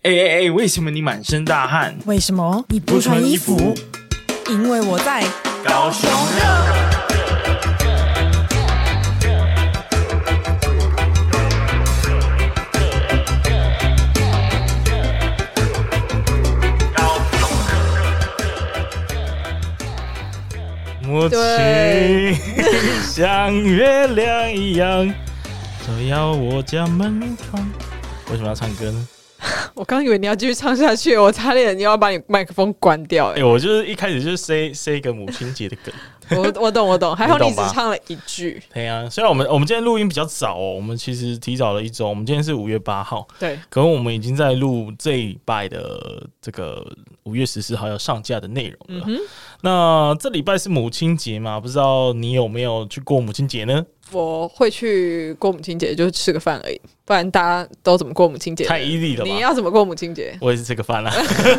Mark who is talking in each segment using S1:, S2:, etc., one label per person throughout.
S1: 哎哎哎，为什么你满身大汗？
S2: 为什么你不穿衣服？因为我在。
S1: 高雄母
S3: 对
S1: 亲 像月亮一样照耀我家门窗。为什么要唱歌呢？
S3: 我刚以为你要继续唱下去，我差点又要把你麦克风关掉、
S1: 哎、
S3: 欸。
S1: 我就是一开始就是塞塞一个母亲节的梗。
S3: 我我懂 我懂，还好
S1: 哎你懂
S3: 你只
S1: 吧
S3: 唱了一句。
S1: 对啊，虽然我们我们今天录音比较早哦，我们其实提早了一周，我们今天是五月八号，
S3: 对，
S1: 可能我们已经在录这一礼拜的这个五月十四号要上架的内容
S3: 嗯
S1: 了。那这礼拜是母亲节嘛？不知道你有没有去过母亲节呢？
S3: 我会去过母亲节，就是吃个饭而已，不然大家都怎么过母亲节？
S1: 太 easy 了
S3: 你
S1: 吧！
S3: 要怎么过母亲节？
S1: 我也是这个 饭啦，啊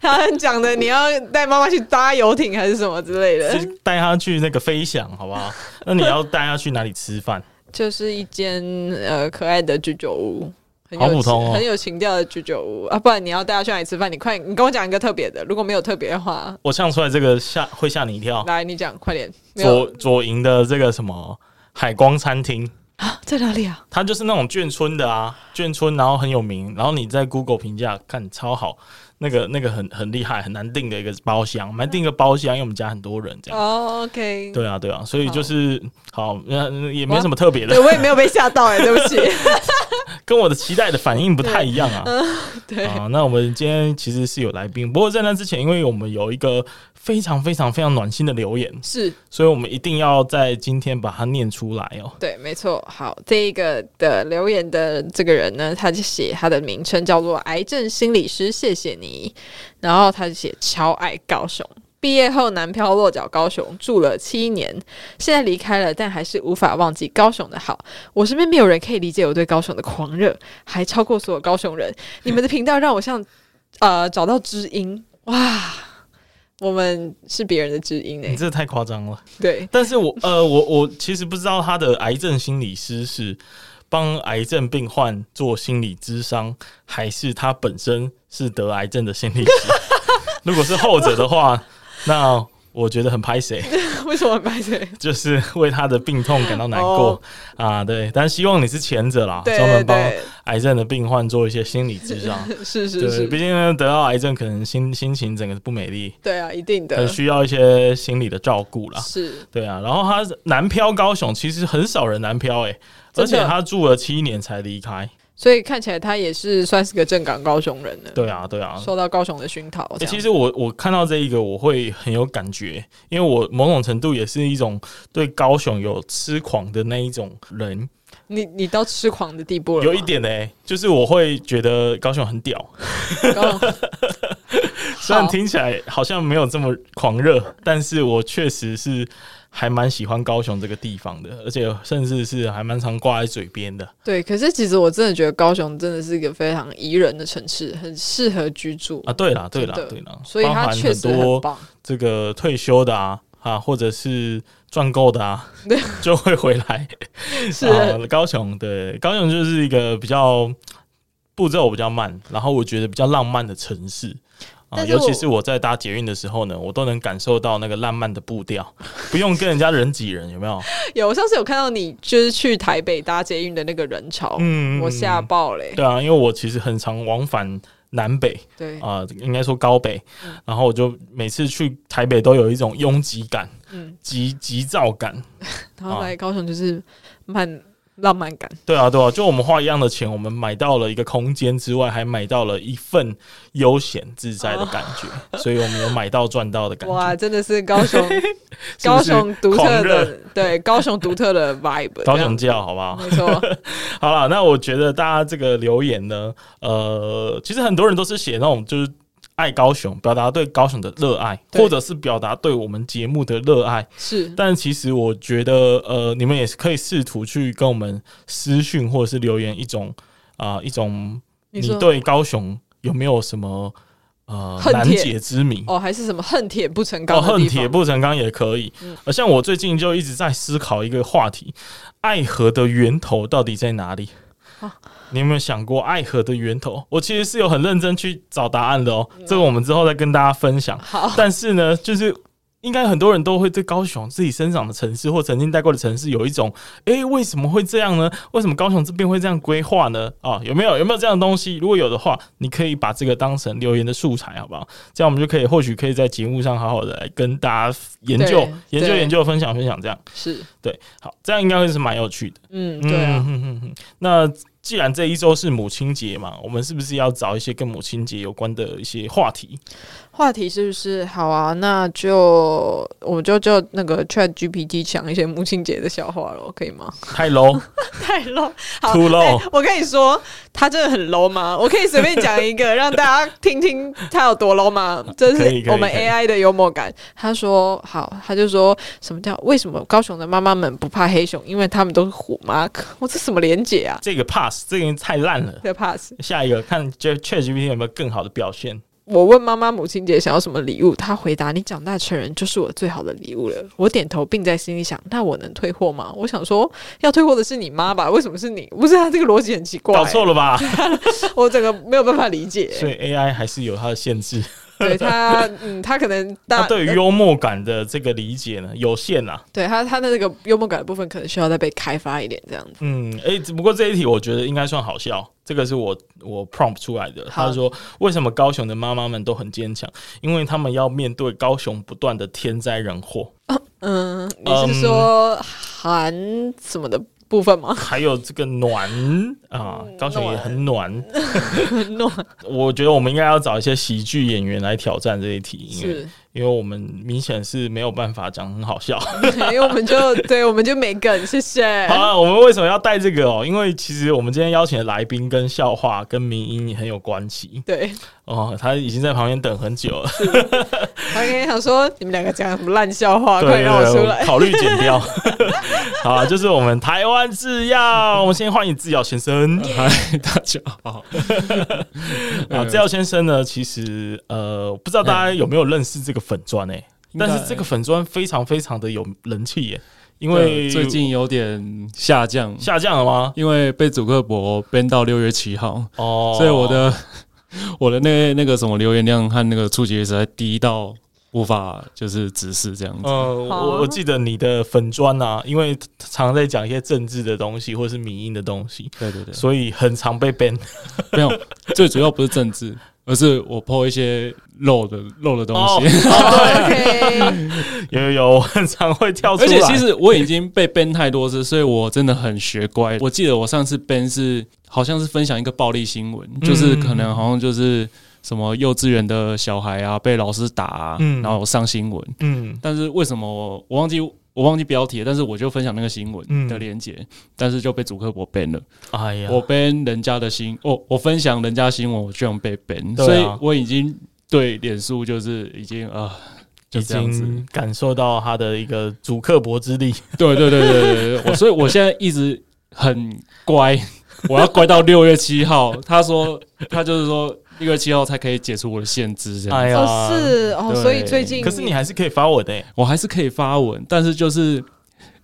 S3: 他讲的你要带妈妈去搭游艇还是什么之类的，
S1: 是带他去那个飞翔，好不好？那你要带他去哪里吃饭？
S3: 就是一间呃可爱的居酒屋。很
S1: 好
S3: 有
S1: 普通哦
S3: 很有情调的居酒屋啊！不然你要带他去哪里吃饭？你快，你跟我讲一个特别的。如果没有特别的话，
S1: 我唱出来这个吓会吓你一跳。
S3: 来你讲，快点。没有
S1: 哦左左营的这个什么海光餐厅，
S3: 啊，在哪里啊？
S1: 它就是那种眷村的啊，眷村，然后很有名，然后你在 Google 评价看超好，那个那个很很厉害，很难订的一个包厢，我们还订一个包厢，因为我们家很多人这样。
S3: 哦、o k
S1: 对啊，对啊，所以就是好，那那也没什么特别
S3: 对，
S1: 的，
S3: 我也没有被吓到哎、对不起。
S1: 跟我的期待的反应不太一样啊。
S3: 对，
S1: 啊，那我们今天其实是有来宾，不过在那之前，因为我们有一个非常非常非常暖心的留言，
S3: 是
S1: 所以我们一定要在今天把它念出来哦。
S3: 对，没错。好，这一个的留言的这个人呢，他就写他的名称叫做“癌症心理师”，谢谢你。然后他就写超爱高雄。毕业后南漂落脚高雄，住了七年，现在离开了，但还是无法忘记高雄的好。我身边没有人可以理解我对高雄的狂热，还超过所有高雄人。你们的频道让我像呃找到知音哇！我们是别人的知音呢、欸
S1: 你这太夸张了。
S3: 对，
S1: 但是我呃，我我其实不知道他的癌症心理师是帮癌症病患做心理咨商，还是他本身是得癌症的 心理师。如果是后者的话，那我觉得很拍 谁，
S3: 为什么很白痴？
S1: 啊就是为他的病痛感到难过、啊。对，但希望你是前者啦，
S3: 哦对
S1: 专门帮
S3: 对
S1: 癌症的病患做一些心理咨商。
S3: 是是
S1: 对，毕
S3: 是，
S1: 竟呢，得到癌症可能心心情整个不美丽，
S3: 对啊，一定的
S1: 很，需要一些心理的照顾啦。
S3: 是
S1: 对啊，然后他是南漂高雄，其实很少人南漂哎、而
S3: 真的
S1: 且他住了七年才离开。
S3: 所以看起来他也是算是个正港高雄人呢，
S1: 对啊，对啊。
S3: 受到高雄的熏陶
S1: 欸
S3: 这样。
S1: 其实我我看到这一个，我会很有感觉，因为我某种程度也是一种对高雄有痴狂的那一种人，
S3: 你你到痴狂的地步了吗，
S1: 有一 点呢、就是我会觉得高雄很屌，
S3: 高雄
S1: 虽然
S3: 好
S1: 听起来好像没有这么狂热，但是我确实是还蛮喜欢高雄这个地方的，而且甚至是还蛮常挂在嘴边的。
S3: 对。可是其实我真的觉得高雄真的是一个非常宜人的城市，很适合居住
S1: 啊，，对啦，对
S3: 真
S1: 啦
S3: 的，
S1: 对啦，
S3: 所以
S1: 包
S3: 它
S1: 含
S3: 确
S1: 很
S3: 实很
S1: 多
S3: 棒。
S1: 这个退休的啊啊，或者是赚够的啊， 就会回来。
S3: 是
S1: 啊，高雄，对，高雄就是一个比较步骤比较慢，然后我觉得比较浪漫的城市。啊，
S3: 但是
S1: 尤其
S3: 我
S1: 是我在搭捷运的时候呢，我都能感受到那个浪漫的步调，不用跟人家人挤人，有没有？
S3: 有，我上次有看到你就是去台北搭捷运的那个人潮，
S1: 嗯
S3: 我吓爆欸嘞、
S1: 对啊，因为我其实很常往返南北，
S3: 对，
S1: 啊、应该说高北，
S3: 嗯
S1: 然后我就每次去台北都有一种拥挤感，
S3: 嗯
S1: 急急躁感。
S3: 然后
S1: 啊
S3: 来高雄就是慢浪漫感，
S1: 对啊，对啊，就我们花一样的钱，我们买到了一个空间之外，还买到了一份悠闲自在的感觉，所以我们有买到赚到的感
S3: 啊哇，
S1: 觉。
S3: 真的是高雄
S1: 是不
S3: 高
S1: 是
S3: 雄独特
S1: 狂热
S3: 的，对高雄独特的 vibe，
S1: 高雄
S3: 这样
S1: 教，好不好？
S3: 没错，
S1: 好了，那我觉得大家这个留言呢，呃，其实很多人都是写那种就是爱高雄，表达对高雄的热爱，
S3: 对
S1: 或者是表达对我们节目的热爱。
S3: 是
S1: 但其实我觉得，呃，你们也是可以试图去跟我们私讯或者是留言一种啊、一种
S3: 你
S1: 你
S3: 说
S1: 对高雄有没有什么呃
S3: 恨
S1: 难
S3: 铁
S1: 解之谜？
S3: 哦，还是什么恨铁不成钢
S1: 哦，
S3: 的地方，嗯
S1: 恨铁不成钢也可以。呃，像我最近就一直在思考一个话题：爱河的源头到底在哪里？
S3: 哦
S1: 你有没有想过爱河的源头？我其实是有很认真去找答案的哦，这个我们之后再跟大家分享。
S3: 好，
S1: 但是呢，就是应该很多人都会对高雄自己生长的城市或曾经待过的城市有一种，诶、为什么会这样呢？为什么高雄这边会这样规划呢？啊，有没有有没有这样的东西？如果有的话，你可以把这个当成留言的素材，好不好？这样我们就可以或许可以在节目上好好的来跟大家研究
S3: 对
S1: 研究
S3: 对
S1: 研究分享分享，这样
S3: 是，
S1: 对，好，这样应该会是蛮有趣的。
S3: 嗯，对啊，
S1: 嗯哼哼哼那既然这一周是母亲节嘛，我们是不是要找一些跟母亲节有关的一些话题？
S3: 话题是不是好啊？那就我就就那个 Chat GPT 讲一些母亲节的笑话了，可以吗？
S1: 太 low，
S3: 太 low，好
S1: Too low
S3: 哎我跟你说，他真的很 low 吗？我可以随便讲一个，让大家听听他有多 low 吗？这
S1: 可以可
S3: 是
S1: 以
S3: 我们
S1: 可以
S3: AI 的幽默感。他说好，他就说什么叫为什么高雄的妈妈们不怕黑熊？因为他们都是虎妈。 我这什么连结啊？
S1: 这个 pass，这个太烂了。
S3: 这 pass。
S1: 下一个看 Chat GPT 有没有更好的表现？
S3: 我问妈妈母亲节想要什么礼物，她回答：“你长大成人就是我最好的礼物了。”我点头，并在心里想：“那我能退货吗？”我想说，要退货的是你妈吧？为什么是你？不是他这个逻辑很奇怪、
S1: 搞错了吧？
S3: 我整个没有办法理解、
S1: 所以 AI 还是有它的限制，
S3: 对他，嗯，他可能大
S1: 它啊对于幽默感的这个理解呢有限啊。
S3: 对他他的那个幽默感的部分，可能需要再被开发一点，这样子。
S1: 嗯，诶，只不过这一题我觉得应该算好笑，这个是我我 prompt 出来的。
S3: 好
S1: 他说为什么高雄的妈妈们都很坚强？因为他们要面对高雄不断的天灾人祸。
S3: 嗯，你是说含什么的部分吗？
S1: 还有这个暖啊，高雄也很暖。
S3: 很嗯暖
S1: 我觉得我们应该要找一些喜剧演员来挑战这一题，因为
S3: 是，
S1: 因为我们明显是没有办法讲很好笑。
S3: 因为我们就对，我们就没梗，谢谢
S1: 好。啊了，我们为什么要带这个哦？因为其实我们今天邀请的来宾跟笑话、跟民音也很有关系
S3: 对，
S1: 哦。他已经在旁边等很久 了，
S3: 他跟你想说，你们两个讲什么烂笑话，
S1: 对
S3: 快
S1: 对
S3: 让我出
S1: 对，
S3: 来
S1: 我。考虑剪掉。好啊，就是我们台湾制药，我们先欢迎制药先生。
S4: 嗨，大家好。嗯
S1: 啊，制药先生呢，其实呃，不知道大家有没有认识这个粉砖哎、
S4: 应该
S1: 但是这个粉砖非常非常的有人气耶、因为
S4: 呃最近有点下降，
S1: 下降了吗？
S4: 因为被主客博编到六月七号，
S1: 哦，
S4: 所以我的 我的那那个什么留言量和那个触及率实在低到无法就是直视这样子。
S1: 呃，
S3: 好
S1: 我
S3: 啊
S1: 我记得你的粉砖啊，因为常在讲一些政治的东西或是民音的东西，
S4: 对对对，
S1: 所以很常被 ban。
S4: 没有，最主要不是政治，而是我 po 一些漏的漏的东西。
S3: OK，
S1: 有有有，我很常会跳出
S4: 而
S1: 来。
S4: 且其实我已经被 ban 太多次，所以我真的很学乖。我记得我上次 ban 是好像是分享一个暴力新
S1: 嗯
S4: 闻，就是可能好像就是什么幼稚园的小孩啊被老师打、啊，
S1: 嗯
S4: 然后上新闻。
S1: 嗯，
S4: 但是为什么我我忘记我忘记标题了，但是我就分享那个新
S1: 嗯
S4: 闻的链接，但是就被主客博 ban 了。
S1: 哎呀，
S4: 我 ban 人家的新，哦我我分享人家新闻，我居然被 ban，、
S1: 对啊
S4: 所以我已经对脸书就是已经啊。就
S1: 已
S4: 这样子，
S1: 经感受到他的一个主刻薄之力。
S4: 对对对对对对，我所以我现在一直很乖， 我要乖到六月七号。他说他就是说六月七号才可以解除我的限制，这样、
S1: 哎呀，
S3: 哦是哦，
S4: 对
S3: 所以最近
S1: 可是你还是可以发我的、欸。
S4: 我还是可以发文，但是就是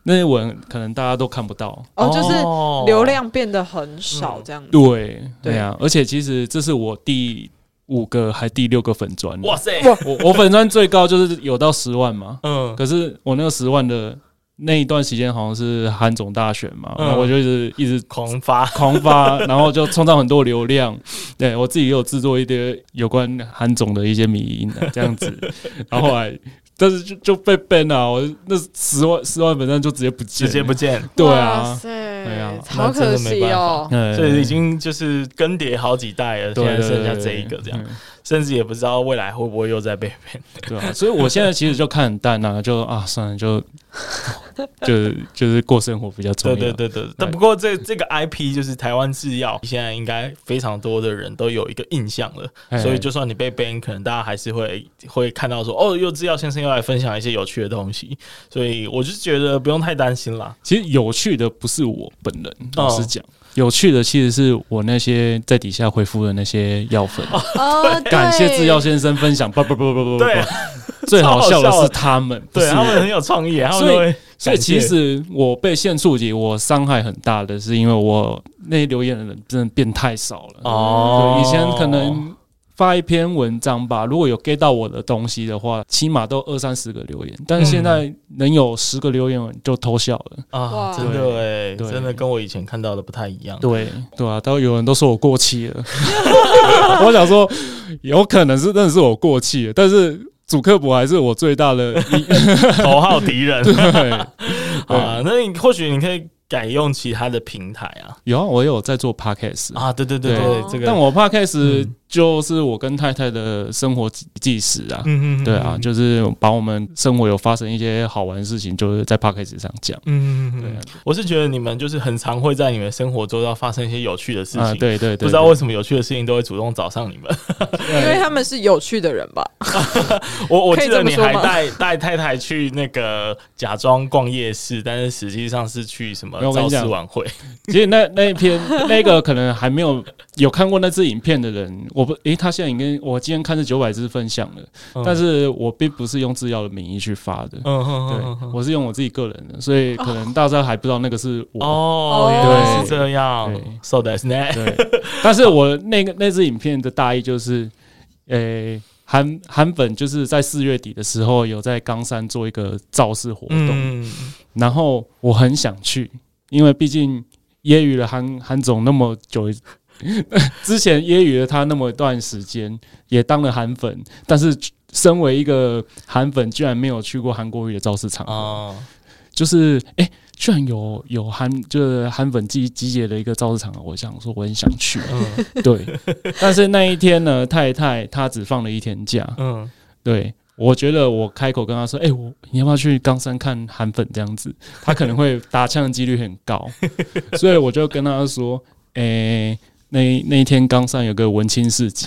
S4: 那些文可能大家都看不到。
S3: 哦，就是
S1: 哦嗯
S3: 流量变得很少这样子。
S4: 对
S3: 对
S4: 对呀、而且其实这是我第五个还第六个粉砖，
S1: 哇塞，
S4: 我我粉砖最高就是有到十万嘛，
S1: 嗯，
S4: 可是我那个十万的。那一段时间好像是韩总大选嘛，
S1: 嗯
S4: 那我就一直一直
S1: 狂发，
S4: 狂发，然后就创造很多流量。对我自己也有制作一些有关韩总的一些迷音的、这 样子，然后后来但是就就被 ban 了、我那十万十万粉钻就直接不见
S1: 直
S4: 了，
S1: 接不见，
S4: 对
S3: 哇
S4: 啊，
S3: 塞
S4: 啊
S3: 好可惜哦。
S4: 嗯
S1: 所以已经就是更迭好几代了，现
S4: 对
S1: 在
S4: 对
S1: 剩
S4: 对
S1: 下
S4: 对
S1: 这一个这样，
S4: 嗯
S1: 甚至也不知道未来会不会又再被骗。
S4: 对啊，所以我现在其实就看很淡啊，就啊算了，就 就就是过生活比较重
S1: 对
S4: 要。
S1: 对对对，但不过这这个 IP 就是台湾制药，现在应该非常多的人都有一个印象了，
S4: 哎
S1: 所以就算你被 ban，可能大家还是会会看到说，哦，又制药先生又来分享一些有趣的东西，所以我就觉得不用太担心啦。哦
S4: 其实有趣的不是我本人，老实讲，有趣的其实是我那些在底下回复的那些药粉，啊
S3: 哦，
S4: 感谢
S3: 对
S4: 制药先生分享，不不不不不不，
S1: 对，
S4: 最好笑的
S1: 超好
S4: 是
S1: 笑
S4: 他们，不
S1: 对啊
S4: 是
S1: 他
S4: 我
S1: 们很有创意，他们
S4: 所以
S1: 都会
S4: 所以
S1: 感
S4: 其
S1: 谢
S4: 实我被限触及，我伤害很大的，是因为我那些留言的人真的变太少了。
S1: 哦
S4: 对，以前可能发一篇文章吧，如果有 get 到我的东西的话，起码都二三十个留言，但是现在能有十个留言就偷笑了。
S1: 啊，
S3: 哇
S1: 真的哎，
S4: 对
S1: 真的跟我以前看到的不太一样。
S4: 对对啊，都有人都说我过 气了， 我想说有可能是真的是我过气了，但是主客博还是我最大的依
S1: 头号敌人
S4: 对。
S1: 啊，那你或许你可以改用其他的平台啊
S4: 有啊，我有在做 podcast
S1: 啊，对对对
S4: 对
S1: 对，这个
S4: 但我 podcast
S1: 嗯
S4: 就是我跟太太的生活纪实啊。
S1: 嗯嗯嗯
S4: 对啊，
S1: 嗯
S4: 就是把我们生活有发生一些好玩的事情，就是在 podcast 上讲。
S1: 嗯嗯
S4: 对
S1: 嗯
S4: 啊
S1: 嗯，我是觉得你们就是很常会在你们生活周遭发生一些有趣的事
S4: 啊，
S1: 情。
S4: 对对对，
S1: 不知道为什么有趣的事情都会主动找上你 们。
S4: 么
S3: 因为他们是有趣的人吧？
S1: 我我
S3: 可以
S1: 记得
S3: 这么
S1: 你
S3: 说
S1: 还
S3: 吗
S1: 带带太太去那个假装逛夜市，但是实际上是去什么
S4: 没有我跟
S1: 造
S4: 你讲
S1: 势晚会。
S4: 其实那那一篇 那个可能还没有有看过那支影片的人，我不诶，他现在已经我今天看是九百支分享了，
S1: 嗯
S4: 但是我并不是用制药的名义去发的，
S1: 嗯嗯嗯嗯
S4: 对
S1: 嗯，
S4: 我是用我自己个人的，所以可能大家还不知道那个是我。
S1: 哦，原来是这样
S4: 对。
S1: So that's that。
S4: 对，但是我那个那支影片的大意就是，诶、韩韩粉就是在四月底的时候有在冈山做一个造势活动，
S1: 嗯，
S4: 然后我很想去，因为毕竟揶揄了韩韩总那么久， 之前揶揄了他那么一段时间，也当了韩粉，但是身为一个韩粉，居然没有去过韩国瑜的造势场合
S1: 哦，
S4: 就是哎、诶居然有有韩就是韩粉集集结的一个造势场合，我想说我很想去，
S1: 嗯
S4: 对，但是那一天呢，太太她只放了一天假，
S1: 嗯，
S4: 对我觉得我开口跟她说，哎、我你要不要去冈山看韩粉这样子？她可能会打枪的几率很高，所以我就跟她说，哎、那那一天冈山有个文青市集。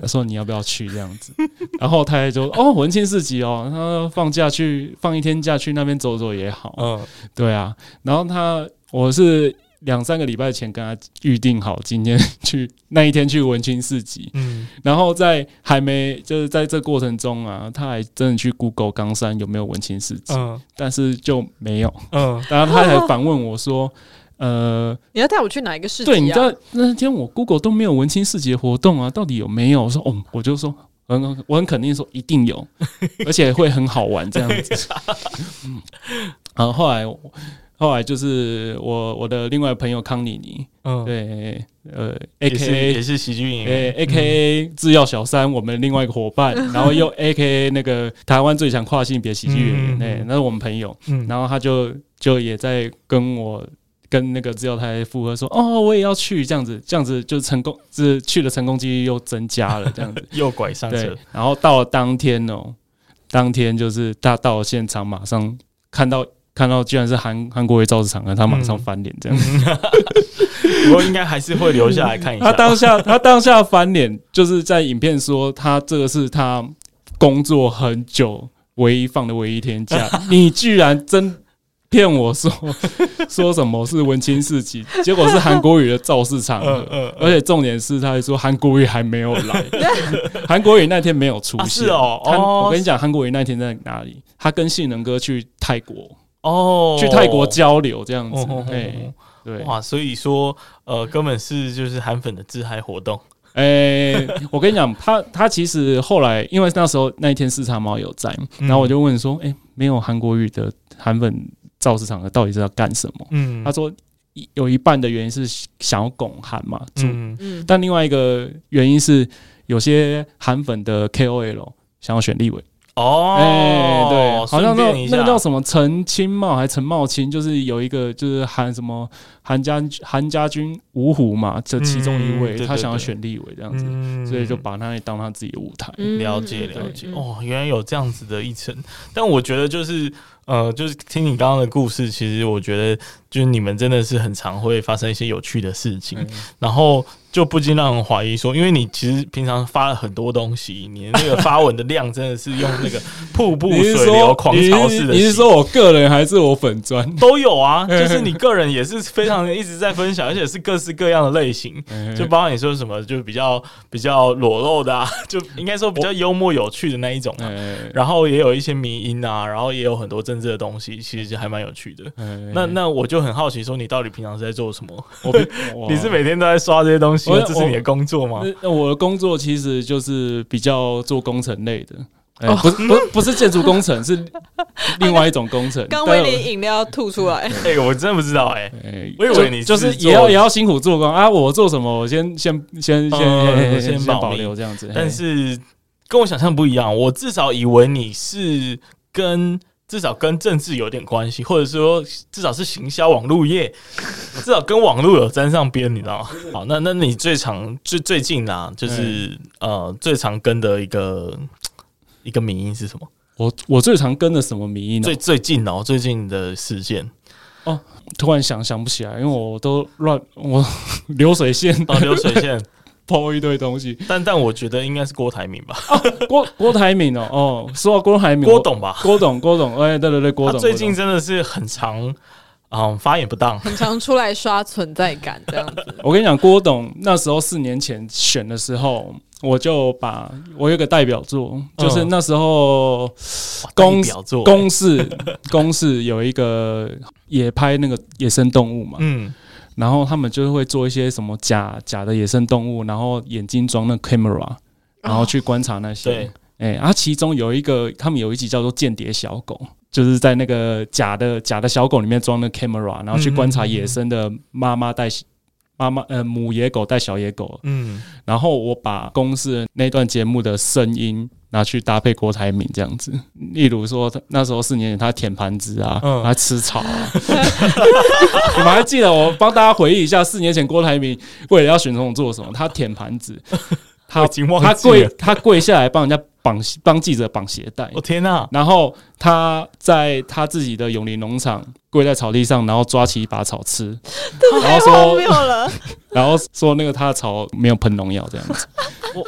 S4: 她说你要不要去这样子，然后太太就哦文青市集哦，她说放假去放一天假去那边走走也好，
S1: 嗯
S4: 对啊，然后他我是两三个礼拜前跟他预定好今天去那一天去文青市集，
S1: 嗯，
S4: 然后在还没就是在这过程中啊，他还真的去 Google 冈山有没有文青市集，
S1: 嗯
S4: 但是就没有，
S1: 嗯，
S4: 然后他还反问我说。呃，
S3: 你要带我去哪一个市集、啊？
S4: 对，你知道那天我 Google 都没有文青市集的活动啊，到底有没有？我说，哦，我就说，很我很肯定说一定有，而且会很好玩这样子。嗯然后后来我，后来就是我我的另外朋友康妮妮，
S1: 嗯，
S4: 对，呃，A
S1: 也是
S4: K
S1: 也
S4: A。
S1: 是喜剧演
S4: 诶
S1: 员。
S4: ，A K A 制药小三，我们另外一个伙伴，
S1: 嗯
S4: 然后又 A K A 那个台湾最强跨性别喜剧
S1: 嗯
S4: 演
S1: 嗯
S4: 员，
S1: 嗯
S4: 哎，那是我们朋友，
S1: 嗯。
S4: 然后他就就也在跟我跟那个制药台附和说，哦，我也要去这样子，这样子就成功，是去的成功几率又增加了这样子
S1: 右拐上
S4: 对
S1: 车，，
S4: 然后到了当天哦，当天就是他到了现场，马上看到看到居然是韩韩国瑜造纸厂啊，他马上
S1: 嗯
S4: 翻脸这样子。
S1: 不过应该还是会留下来看一
S4: 他
S1: 下。
S4: 啊当下他当下翻脸，就是在影片说他这个是他工作很久唯一放的唯一一天 假，你居然真。骗我说说什么是文青市集，结果是韩国语的造势场合
S1: 嗯嗯嗯
S4: 而且重点是他还说韩国语还没有 来，韩国语那天没有出现。
S1: 啊是哦
S4: 他
S1: 哦
S4: 我跟你讲，韩国语那天在哪里？他跟信能哥去泰国，
S1: 哦，
S4: 去泰国交流这样子
S1: 哦哦哦。哦
S4: 哎、对，
S1: 哇，所以说呃，根本是就是韩粉的自嗨活动。
S4: 诶、我跟你讲，他他其实后来，因为那时候那一天市场猫有在，
S1: 嗯
S4: 然后我就问说，诶、没有韩国语的韩粉造市场的到底是要干什么？
S1: 嗯
S4: 他说一有一半的原因是想要拱韩嘛，嗯、
S1: 嗯
S3: 嗯，
S4: 但另外一个原因是有些韩粉的 KOL 想要选立委，
S1: 哦，
S4: 哎、对，好
S1: 顺
S4: 像那
S1: 便一
S4: 那
S1: 下
S4: 个叫什么陈清茂还陈茂清，就是有一个就是韩什么韩家韩家军五虎嘛，这其中一
S1: 嗯
S4: 位、
S1: 对对
S4: 他想要
S1: 对
S4: 选立委这样子。
S1: 嗯
S4: 所以就把那里当他自己的舞台。
S3: 嗯
S1: 了解
S4: 对
S1: 了解
S3: 嗯
S1: 哦，原来有这样子的一层，但我觉得就是呃，就是听你刚刚的故事，
S4: 嗯
S1: 其实我觉得就是你们真的是很常会发生一些有趣的事情，然后就不禁让人怀疑说，因为你其实平常发了很多东西，你那个发文的量真的是用那个瀑布
S4: 你是
S1: 水流
S4: 说
S1: 狂
S4: 你
S1: 潮
S4: 是
S1: 式的
S4: 你是
S1: 洗
S4: 说嗯我个人还是我粉 砖？
S1: 都有啊，就是你个人也是非常一直在分享，而且是各式各样的类型，
S4: 嗯
S1: 就包括你说什么就比较比较裸露的啊， 就应该说比较幽默有趣的那一种啊。
S4: 哎
S1: 然后也有一些迷音啊，然后也有很多政治的东西，其实还蛮有趣的。
S4: 哎
S1: 那那我就很好奇，说你到底平常是在做什么？
S4: 我 平哇
S1: 你是每天都在刷这些东西吗
S4: 我，
S1: 这是你的工作吗？
S4: 那那我的工作其实就是比较做工程类的，哎
S3: 哦
S4: 不是不是不是建筑工程，是另外一种工程。 啊
S3: 刚
S4: 但
S3: 为你饮料吐出来，
S1: 哎、我真的不知道哎、
S4: 哎
S1: 我以为你
S4: 就是是
S1: 做
S4: 也要也要辛苦做工啊！我做什么，我先先先
S1: 嗯
S4: 呃先
S1: 先保密
S4: 保留这样子。
S1: 但是跟我想象不一样，我至少以为你是跟至少跟政治有点关系，或者说至少是行销网络 业，至少跟网络有沾上边，你知道吗？好，那那你最常最最近啊，就是呃最常跟的一个一个名音是什么？
S4: 我我最常跟的什么迷啊音呢
S1: 最？最近哦，最近的事件
S4: 突然想想不起来，因为我都乱我 流水线
S1: 哦，流水 线，
S4: 抛一堆东西。
S1: 但但我觉得应该是郭台铭吧，
S4: 郭郭台铭哦哦，说到郭台铭，
S1: 郭
S4: 我
S1: 董吧，
S4: 郭董郭董，哎，对对对，郭
S1: 他
S4: 董
S1: 最近
S4: 郭
S1: 真的是很常嗯发言不当，
S3: 很 常出来刷存在感这样子。
S4: 董我跟你讲，郭董那时候四年前选的时候。我就把我有一个代表作，就是
S1: 嗯
S4: 那时候
S1: 哇
S4: 公
S1: 代表作
S4: 公式公式有一个也拍那个野生动物嘛，
S1: 嗯。
S4: 然后他们就是会做一些什么假假的野生动物，然后眼睛装那 camera，然后去观察那些。
S1: 对
S4: 哎、啊，其中有一个，他们有一集叫做《间谍小狗》，就是在那个假的假的小狗里面装那 camera，然后去观察野生的妈妈带妈妈呃母野狗带小野狗，
S1: 嗯，
S4: 然后我把公司那段节目的声音拿去搭配郭台铭这样子，例如说他那时候四年前他舔盘子啊，
S1: 嗯
S4: 他吃草啊， 你们还记得？我帮大家回忆一下，四年前郭台铭为了要选总统做什么？他舔盘子，
S1: 我
S4: 他
S1: 已经忘记
S4: 他跪
S1: 了
S4: 他跪下来帮人家绑帮记者绑鞋带
S1: 我、，天哪、
S4: 然后他在他自己的永林农场跪在草地上，然后抓起一把草吃，然后
S3: 荒
S4: 说
S3: 谬了，
S4: 然后说那个他的草没有喷农药这样子，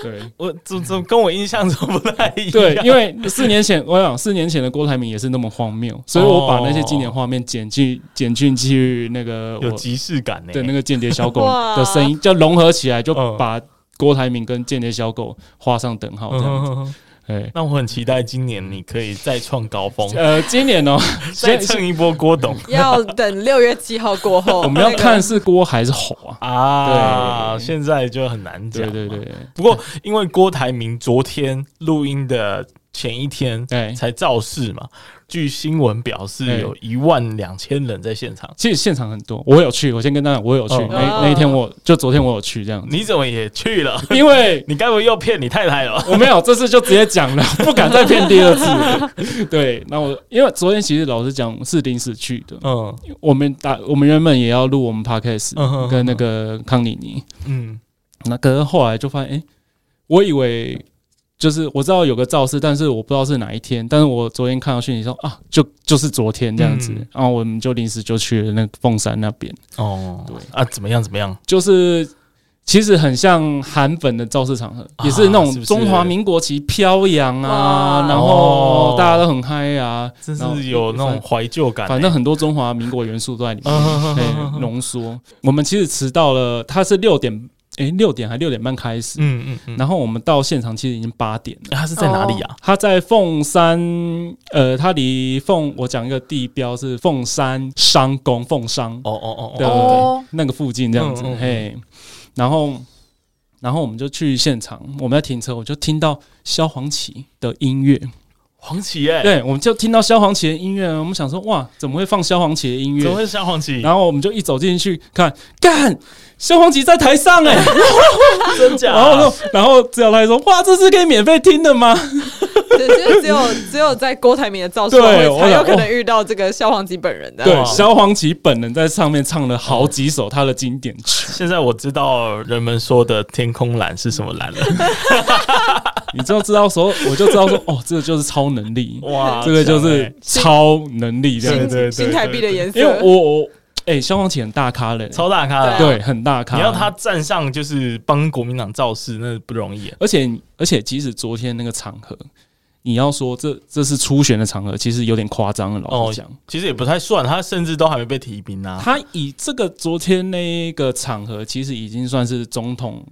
S4: 对。
S1: 我怎怎跟我印象中不太一样？
S4: 对，因为四年前，我想四年前的郭台铭也是那么荒谬，所以我把那些经典画面剪进剪进去那个
S1: 哦有
S4: 我
S1: 即视感呢、
S4: 的那个间谍小狗
S3: 哇
S4: 的声音，就融合起来，就
S1: 嗯
S4: 把郭台铭跟间谍小狗画上等号这样子。
S1: 嗯
S4: 哎，
S1: 那我很期待今年你可以再创高 峰，
S4: 呃，今年哦，
S1: 再
S4: 先
S1: 蹭一波郭董
S3: 要等六月七号过后，
S4: 我们要
S3: 哦那个
S4: 看是郭还是猴 啊？
S1: 啊！
S4: 对
S1: 现在就很难讲
S4: 对
S1: 嘛。
S4: 对对，
S1: 不过因为郭台铭昨天录音的前一天
S4: 对
S1: 才造势嘛，据新闻表示
S4: 对
S1: 有一万两千人在现场。
S4: 其实现场很多，我有去，我先跟大家讲，我有去，
S1: 哦
S4: 那那一天我就昨天我有去这样 子，
S1: 你怎么也去 了？
S4: 因为
S1: 你该不会又骗你太太了吧？
S4: 我没有，这次就直接讲了， 不敢再骗第 二次。对，那我因为昨天其实老实讲是临时去的，
S1: 嗯
S4: 我们打我们原本也要录我们 podcast，、
S1: 嗯哼
S4: 跟那个康妮妮，
S1: 嗯
S4: 那可是后来就发现，哎、我以为就是我知道有个造势，但是我不知道是哪一天，但是我昨天看到讯息说啊，就就是昨天这样子，
S1: 嗯
S4: 然后我们就临时就去了那个凤山那边，
S1: 哦
S4: 对
S1: 啊，怎么样怎么样？
S4: 就是。其实很像韩粉的造势场合，
S1: 啊
S4: 也是那
S1: 是不是
S4: 种中华民国旗飘扬啊，
S3: 哇
S4: 然
S1: 哦
S4: 后大家都很嗨啊，
S1: 真
S4: 然后
S1: 是有那种怀旧感欸、
S4: 反正很多中华民国元素都在里 面，
S1: 嗯
S4: 对，浓缩。我们其实迟到了，它是六点，诶，六点还六点半开始，
S1: 嗯嗯嗯。
S4: 然后我们到现场其实已经八点了。
S1: 欸他是在哪里啊？
S4: 它在凤山，呃，它离凤，我讲一个地标是凤山商工，凤商
S1: 哦哦
S4: 的、
S1: 哦
S3: 哦
S4: 那个附近这样子，
S1: 嗯嗯嗯
S4: 嘿，然后。然后我们就去现场，我们在停车，我就听到萧煌奇的音乐，
S1: 黄芪哎，
S4: 对，我们就听到萧煌奇的音乐，我们想说，哇，怎么会放萧煌奇的音乐？
S1: 怎么会是像黄芪？
S4: 然后我们就一走进去看，干，萧煌奇在台上哎、
S1: 真假？
S4: 然后我说，然后只有他说，哇，这是可以免费听的吗？
S1: 哦
S3: 只是只有只有在郭台铭的造势晚会
S4: 对我
S3: 才有
S4: 想
S3: 可能遇到这个萧煌奇本人的。
S4: 对，萧煌奇本人在上面唱了好几首他的经典曲，
S1: 现在我知道人们说的天空蓝是什么蓝了。
S4: 你就知道说，我就知道说，哦，这个就是超能力，
S1: 哇
S4: 这个就是超能力这样
S3: 新
S1: 对对对
S4: 子。
S1: 对
S3: 新台币的颜色，
S4: 因为我我哎、萧煌奇很大咖嘞，
S1: 超大咖的啊、
S3: 对啊
S4: 对，很大咖。
S1: 你要他站上就是帮国民党造势，那不容易啊、
S4: 而且而且，即使昨天那个场合，你要说这这是初选的场合，其实有点夸张了。老
S1: 哦
S4: 实讲，
S1: 其实也不太算，他甚至都还没被提名啊。
S4: 他以这个昨天那一个场合，其实已经算是总统，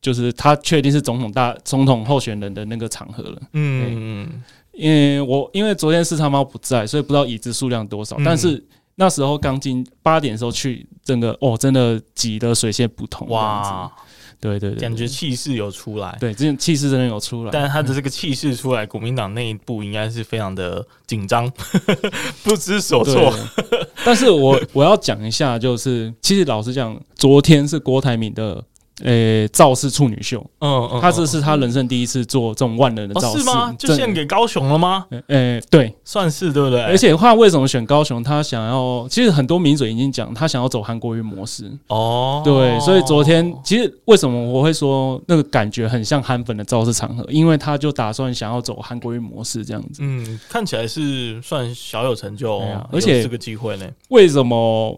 S4: 就是他确定是总统大总统候选人的那个场合了。
S1: 嗯嗯
S4: 因为我因为昨天四叉猫不在，所以不知道椅子数量多少，
S1: 嗯
S4: 但是。那时候刚进八点的时候去，真的哦，真的挤得水泄不通。
S1: 嗯，
S4: 哇
S1: 哇，，
S4: 对对对，
S1: 感觉气势有出来。
S4: 对，这气势真的有出来。
S1: 但他的这个气势出来，国民党内部应该是非常的紧张， 不知所
S4: 对，
S1: 措。
S4: 但是我我要讲一下，就是其实老实讲，昨天是郭台铭的。诶、造势处女秀，
S1: 嗯嗯，
S4: 他这是他人生第一次做这种万人的
S1: 哦
S4: 造势、
S1: 是吗？就献
S4: 给
S1: 给哎高雄了吗？
S4: 诶、对，
S1: 算是对不对？
S4: 而且他为什么选高雄？他想要，其实很多名嘴已经讲，他想要走韩国瑜模式，
S1: 哦，
S4: 对，所以昨天其实为什么我会说那个感觉很像韩粉的造势场合，因为他就打算想要走韩国瑜模式这样子。
S1: 嗯，看起来是算小有成就
S4: 对
S1: 哦
S4: 啊，
S1: 有
S4: 而且
S1: 这个机会呢，
S4: 为什么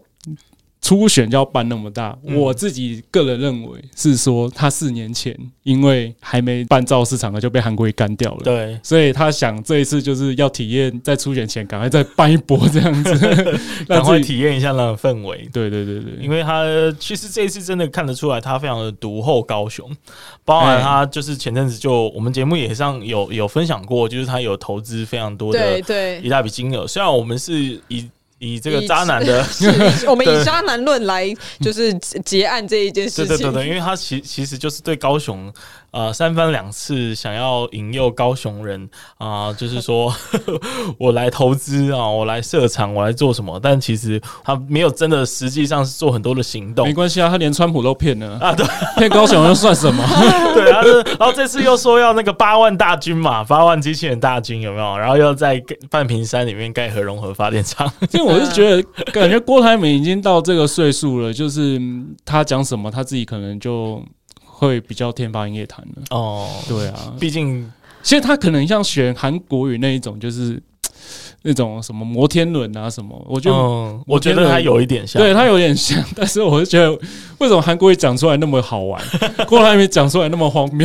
S4: 初选就要办那么大？
S1: 嗯
S4: 我自己个人认为是说，他四年前因为还没办造市场，就被韩国瑜干掉了。
S1: 对，
S4: 所以他想这一次就是要体验在初选前赶快再办一波 这样子，
S1: 赶
S4: 让
S1: 快
S4: 自己。
S1: 体验一下那种氛围。
S4: 对对对对，
S1: 因为他其实这一次真的看得出来，他非常的独后高雄，包含
S4: 哎
S1: 他就是前阵子就我们节目也上有有分享过，就是他有投资非常多的
S3: 对对
S1: 一，大笔金额。虽然我们是以以这个渣男的，
S3: 是我们
S1: 对
S3: 以渣男论来就是结案这一件 事
S1: 对
S3: 情。
S1: 对对对，因为他其其实就是对高雄呃三番两次想要引诱高雄人啊、就是说 我来投资啊，我来设厂，我来做什么，但其实他没有真的实际上是做很多的行动
S4: 没。关系啊，他连川普都骗了
S1: 啊对，
S4: 骗高雄又算什么？
S1: 对，他是，然后这次又说要那个八万大军嘛，八万机器人大军有没有？然后又在半屏山里面盖核融合发电厂。
S4: 因为我是觉得，感觉郭台铭已经到这个岁数了，就是嗯他讲什么，他自己可能就会比较天方夜谭了。
S1: 哦，
S4: 对 啊，
S1: 毕竟
S4: 其实他可能像选韩国语那一种，就是嗯那种什么摩天轮啊什么，我觉得、
S1: 嗯，我
S4: 我
S1: 觉
S4: 觉得
S1: 得他有一点像，
S4: 对他有点像，但是我就觉得为什么韩国语讲出来那么好玩，郭台铭讲出来那么荒谬，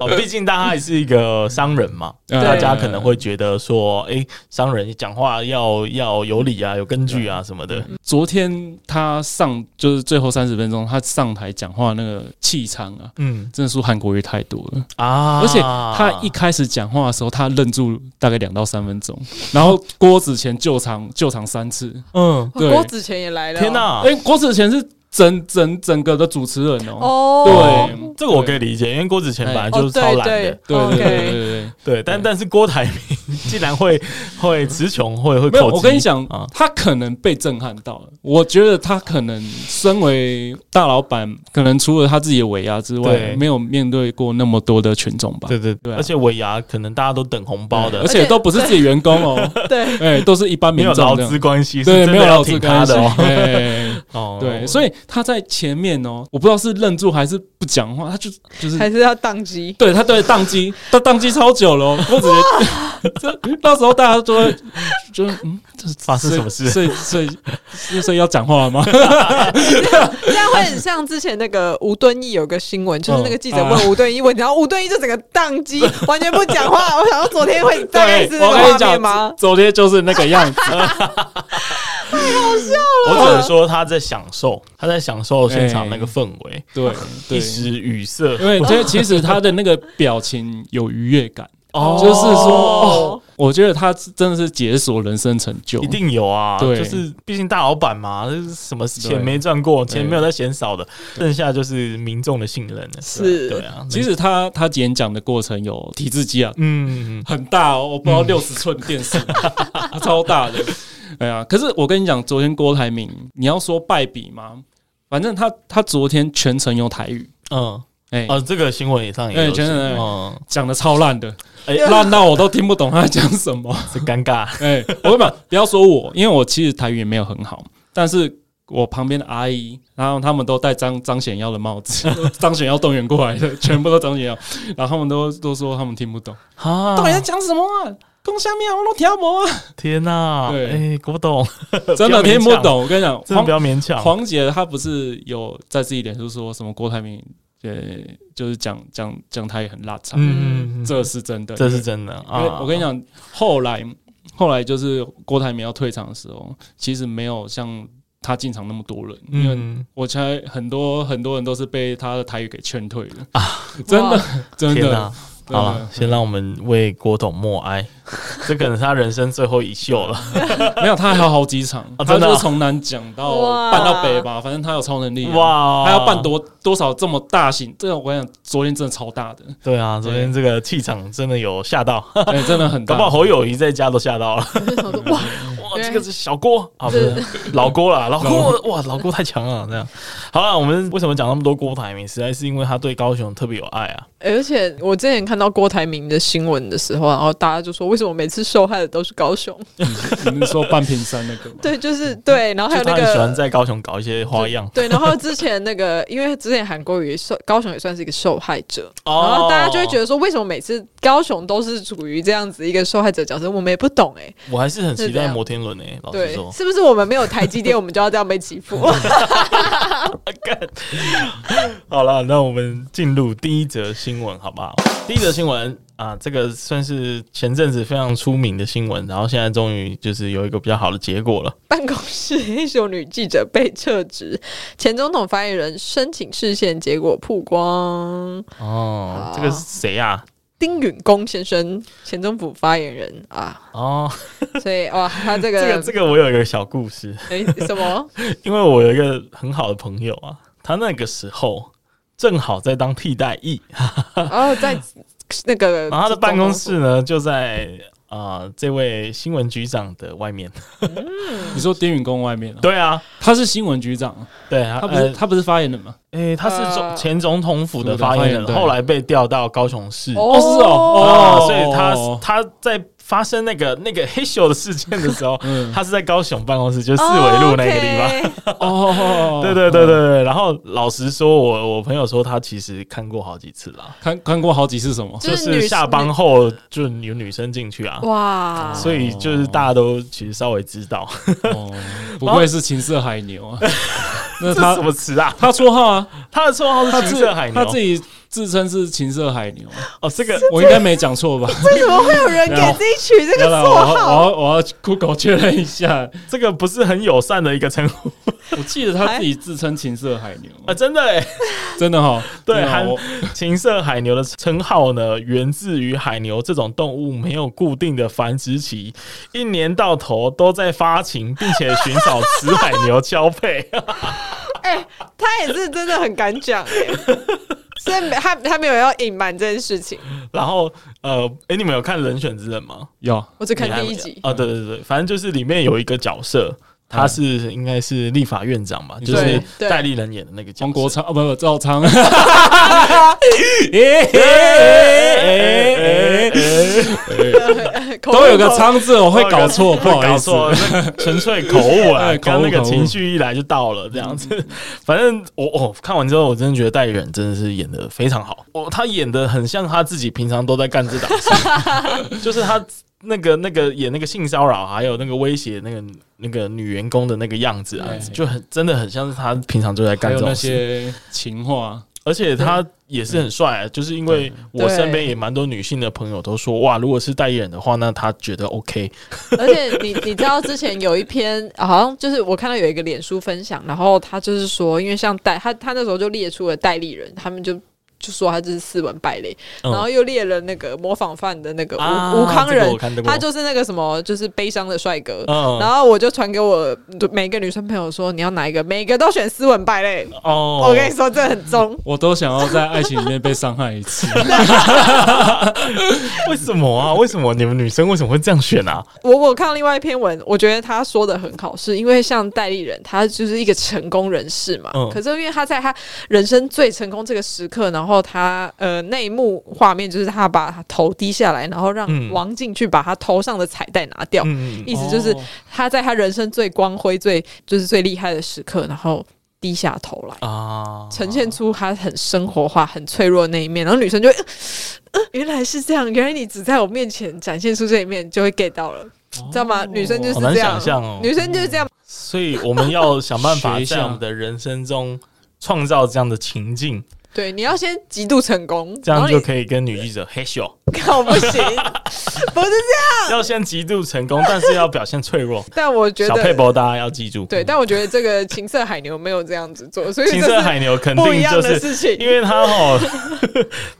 S1: 哦，毕竟大家还是一个商人嘛，
S4: 对
S1: 大家可能会觉得说，哎、商人讲话要要有理啊，有根据啊什么的。
S4: 昨天他上就是最后三十分钟，他上台讲话那个气场啊，
S1: 嗯
S4: 真的输韩国语太多了。
S1: 啊，
S4: 而且他一开始讲话的时候，他愣住大概两到三分钟，然后郭子乾救场救场三次。
S1: 嗯，
S3: 哇
S4: 对
S3: 郭子乾也来了哦，
S1: 天哪、
S4: 哎、郭子乾是整整整个的主持人哦、
S3: 哦，
S4: 对，
S1: 这个我可以理解，因为郭子乾本来就是超懒的，
S3: 对
S4: 哎哦
S3: 哦
S4: 对对对对
S3: OK，
S4: 对
S1: 对，但但是郭台铭竟然 会会词穷，会会
S4: 对，没有，
S1: 口吃
S4: 我跟你讲，
S1: 啊，
S4: 他可能被震撼到了。我觉得他可能身为大老板，可能除了他自己的尾牙之
S1: 对
S4: 外，没有面对过那么多的群众吧。
S1: 对对
S4: 对啊
S1: 而且尾牙可能大家都等红包的
S4: 而，且都不是自己员工 哦，
S3: 对，
S4: 哎，都是一般
S1: 没
S4: 民
S1: 有
S4: 众这
S1: 劳
S4: 样，
S1: 资关系，是
S4: 对，
S1: 真
S4: 没
S1: 的
S4: 有
S1: 要
S4: 劳资
S1: 挺
S4: 关
S1: 他
S4: 系
S1: 的哦。
S4: 哎
S1: 哦，
S4: 对，所以他在前面哦，我不知道是愣住还是不讲话，他就就是
S3: 还是要宕机。
S4: 对他对宕机， 他宕机超久了、哦，我只 觉得这到时候大家都会就嗯，这是
S1: 发生什么事
S4: 所以所以所以所以要讲话了吗？
S3: 这样会很像之前那个吴敦义有个新闻，就是
S1: 哦
S3: 那个记者
S1: 啊
S3: 问吴敦义问题，然后吴敦义就整个 宕机，完全不讲话。我想到昨天会 大概是那
S4: 我
S3: 个
S4: 跟你
S3: 画面
S4: 讲
S3: 吗，？
S4: 昨天就是那个 样子，
S1: 我只能说他在享受，他在享受现场那个氛围，
S4: 对
S1: 一
S4: 对。
S1: 时语塞。
S4: 因为我觉得其实他的那个表情有愉悦感，
S1: 哦
S4: 就是说，哦，我觉得他真的是解锁人生成就，
S1: 一定有啊，
S4: 对
S1: 就是毕竟大老板嘛，就是什么钱
S4: 对
S1: 没赚过，钱
S4: 对
S1: 没有在嫌少的，剩下就是民众的信任了。
S3: 是
S1: 对啊，
S4: 其实他他演讲的过程有提字机啊，
S1: 嗯，嗯，嗯
S4: 很大哦，我不知道六十寸电视， 它超大的。哎呀，可是我跟你讲，昨天郭台铭，你要说败笔吗？反正他他昨天全程用台语，
S1: 嗯，
S4: 哎、
S1: 哦，这个新闻也上也
S4: 哎
S1: 有写，
S4: 真的哎
S1: 嗯，
S4: 讲的超烂 的，
S1: 哎
S4: 烂到我都听不懂他在讲什么。
S1: 这尴尬，
S4: 哎、我跟你讲，不要说我，因为我其实台语也没有很好，但是我旁边的阿姨，然后他们都戴张张显耀的帽子， 张显耀动员 过来的，全部都张显耀，然后他们都都说他们听不懂，
S1: 啊
S4: 到底在讲什么啊？讲啥物啊，我拢听无啊，
S1: 天哪、
S4: 对
S1: 哎、郭董，
S4: 真的
S1: 不要
S4: 听
S1: 勉
S4: 不
S1: 强
S4: 懂。我跟你讲，
S1: 真的
S4: 黄
S1: 不要勉强。
S4: 黄姐她不是有在自己脸书说什么郭台铭，呃，就是讲讲讲他也很辣场，
S1: 嗯，嗯嗯
S4: 这是真的，
S1: 这是真的
S4: 因为
S1: 啊！
S4: 我跟你，讲，后来后来就是郭台铭要退场的时候，其实没有像他进场那么多人，因为
S1: 嗯，
S4: 我猜很多很多人都是被他的台语给劝退的啊， 真的真
S1: 天
S4: 的啊
S1: 哪，，好了，先让我们为郭董默 哀，这可能是他人生最后一秀了。
S4: 没有他还有好几场，
S1: 啊
S4: 他
S1: 真的啊
S4: 就是从南讲到
S3: 哇
S4: 办到北吧，反正他有超能力啊。
S1: 哇，
S4: 他要办？多多少这么大型？这个我跟你讲，昨天真的超大的，
S1: 对啊，昨天这个气场真的有吓 到，
S4: 哎，真的很
S1: 搞不好
S4: 大。
S1: 侯友谊在家都吓到了。
S3: 我说哇，
S1: 哇，这个是小郭啊，不是老郭 啦，老郭哇，老郭太强了，这样。好了，我们为什么讲那么多郭台铭？实在是因为他对高雄特别有爱啊。
S3: 而且我之前看到郭台铭的新闻的时候，啊然后大家就说，为什么每次受害的都是高雄？
S4: 你是说半屏山那 个吗？
S3: 对，就是对，然后还有
S1: 嗯就
S3: 那
S1: 他很喜欢
S3: 个。
S1: 在高雄搞一些花样。
S3: 对，然后之前那个，因为之前韩国瑜受高雄也算是一个受害者，
S1: 哦
S3: 然后大家就会觉得说，为什么每次高雄都是处于这样子一个受害者角色？我们也不懂哎、
S1: 我还是很期
S3: 是这
S1: 待
S3: 样
S1: 摩天轮诶，老实
S3: 对
S1: 哦说，，
S3: 是不是我们没有台积电，我们就要这样被欺负？
S1: 好了，那我们进入第一则新闻，好不好？第一则新闻啊，这个算是前阵子非常出名的新闻，然后现在终于就是有一个比较好的结果了。
S3: 办公室黑熊女记者被撤职， 前总统发言人申请视线结果曝光。
S1: 哦
S3: 好，
S1: 这个是谁啊？
S3: 丁允恭先生，前总府发言人 啊，
S1: 哦，
S3: 所以哇，他这
S1: 这
S3: 个
S1: 个这个我有一个小故事，
S3: 诶什么？
S1: 因为我有一个很好的朋友啊，他那个时候正好在当替代役，
S3: 然后哦在那 个
S1: 啊然后他的办公室呢就在啊、呃这位新闻局长的外面。
S4: 你说丁允恭外面啊？
S1: 对啊，
S4: 他是新闻局长，
S1: 对啊，
S4: 他不是他不是发言人吗？
S1: 呃诶他是总
S3: 呃
S1: 前总统府的发言人，
S4: 对
S1: 后来被调到高雄市。
S3: 哦
S4: 哦，是
S1: 啊
S4: 哦，哦，
S1: 所以他他在发生那个那个黑咻的事件的时 候，
S4: 嗯
S1: 他是在高雄办公室，就是四
S3: 四
S1: 维路那个地方。
S3: 方。
S4: 哦，
S1: 对对对对，对，然后老实说，我我朋友说他其实看过好几次啦，
S4: 看看过好几次什么？
S3: 就
S1: 就是
S3: 女
S1: 是下班后就有女生进去啊，
S3: 哇，
S1: 所以就是大家都其实稍微知道，
S4: 哦，不愧是情色海牛啊！ 那
S1: 这是
S4: 他
S1: 什么词啊？
S4: 他绰号啊，
S1: 他的绰号
S4: 他
S1: 是
S4: 自
S1: 情色海牛
S4: 他自己自称是情色海牛，啊
S1: 哦，这个
S4: 我应该没讲错吧？
S3: 为什么会有人给自己取 这个
S4: 要啦
S3: 绰
S4: 我要
S3: 号？
S4: 我要我要 Google 确认 一下，
S1: 这个不是很友善的一个称呼
S4: 我记得他自己自称情色海牛，
S1: 啊，真的哎，
S4: 真的哈，
S1: 对
S4: 真的哦
S1: 韩
S4: 我
S1: 情色海牛的称号呢，源自于海牛这种动物没有固定的繁殖期，一年到头都在发情，并且寻找雌海牛交配。
S3: 哎、他也是真的很敢讲、欸，所以他他没有要隐瞒这件事情。
S1: 然后呃，哎、你们有看《人选之人》吗？
S4: 有
S3: 我只看
S1: 你还
S3: 第一
S1: 没
S3: 集，
S1: 啊，对对对，反正就是里面有一个角色，他是应该是立法院长吧，就是
S3: 对
S1: 戴立人演的那个角色。
S4: 黄国昌哦，不不，赵昌，都有个昌字，我会
S1: 哦
S4: 搞错，不好意思。
S1: 搞错，那纯粹口误 啊
S4: 哎，口误
S1: 刚那个
S4: 口误
S1: 情绪一来就到了这样子。 反正我我、看完之后，我真的觉得戴远真的是演的非常好，哦，他演的很像他自己平常都在干这档事， 就是他。那个、那个演那个性骚扰，还有那个威胁那个那个女员工的那个样子啊
S4: 哎，
S1: 就很真的很像是他平常就在
S4: 还
S1: 干这
S4: 有那
S1: 种事。
S4: 些情话，
S1: 而且他也是很帅、啊就是因为我身边也蛮多女性的朋友都说，哇，如果是代言人的话，那他觉得 OK。
S3: 而且你你知道之前有一篇啊好像就是我看到有一个脸书分享，然后他就是说，因为像戴他他那时候就列出了戴立人，他们就。就说他就是斯文败类，
S1: 嗯
S3: 然后又列了那个模仿犯的那个吴吴、
S1: 啊
S3: 康
S1: 这
S3: 仁
S1: 个我看到，过
S3: 他就是那个什么，就是悲伤的帅哥。
S1: 嗯
S3: 然后我就传给我每个女生朋友说，你要哪一个？每个都选斯文败类。
S1: 哦
S3: 我跟你说，这很中。
S4: 我都想要在爱情里面被伤害一次。
S1: 为什么啊？为什么你们女生为什么会这样选啊？
S3: 我我看到另外一篇文，我觉得他说的很好，是因为像戴立人，他就是一个成功人士嘛。
S1: 嗯
S3: 可是因为他在他人生最成功这个时刻，然后他呃那一幕画面就是他把他头低下来，然后让
S1: 嗯
S3: 王静去把他头上的彩带拿掉，
S1: 嗯，
S3: 意思就是
S4: 哦
S3: 他在他人生最光辉、最就是最厉害的时刻，然后。低下头来，
S1: 啊，
S3: 呈现出他很生活化、很脆弱的那一面，然后女生就会、呃呃原来是这样，原来你只在我面前展现出这一面，就会 get 到了，知道吗？女生就是
S1: 好难
S3: 这样
S1: 想，象哦
S3: 女生就是这样，
S1: 所以我们要想办法
S4: 学一
S1: 在
S4: 下
S1: 我们的人生中创造这样的情境，
S3: 对，你要先极度成功，
S1: 这样就
S3: 以。
S1: 可以跟女记者嘿咻，
S3: 靠，不 行，不是这样。
S1: 要先极度成功，但是要表现脆弱。
S3: 但我觉
S1: 小佩
S3: 得，
S1: 博大家要记住，
S3: 对，但我觉得这个情色海牛没有这样子做，所以
S1: 情
S3: 这
S1: 色
S3: 是
S1: 海牛肯
S3: 不一
S1: 定
S3: 样
S1: 就
S3: 的
S1: 是。
S3: 事情。
S1: 因为他哦，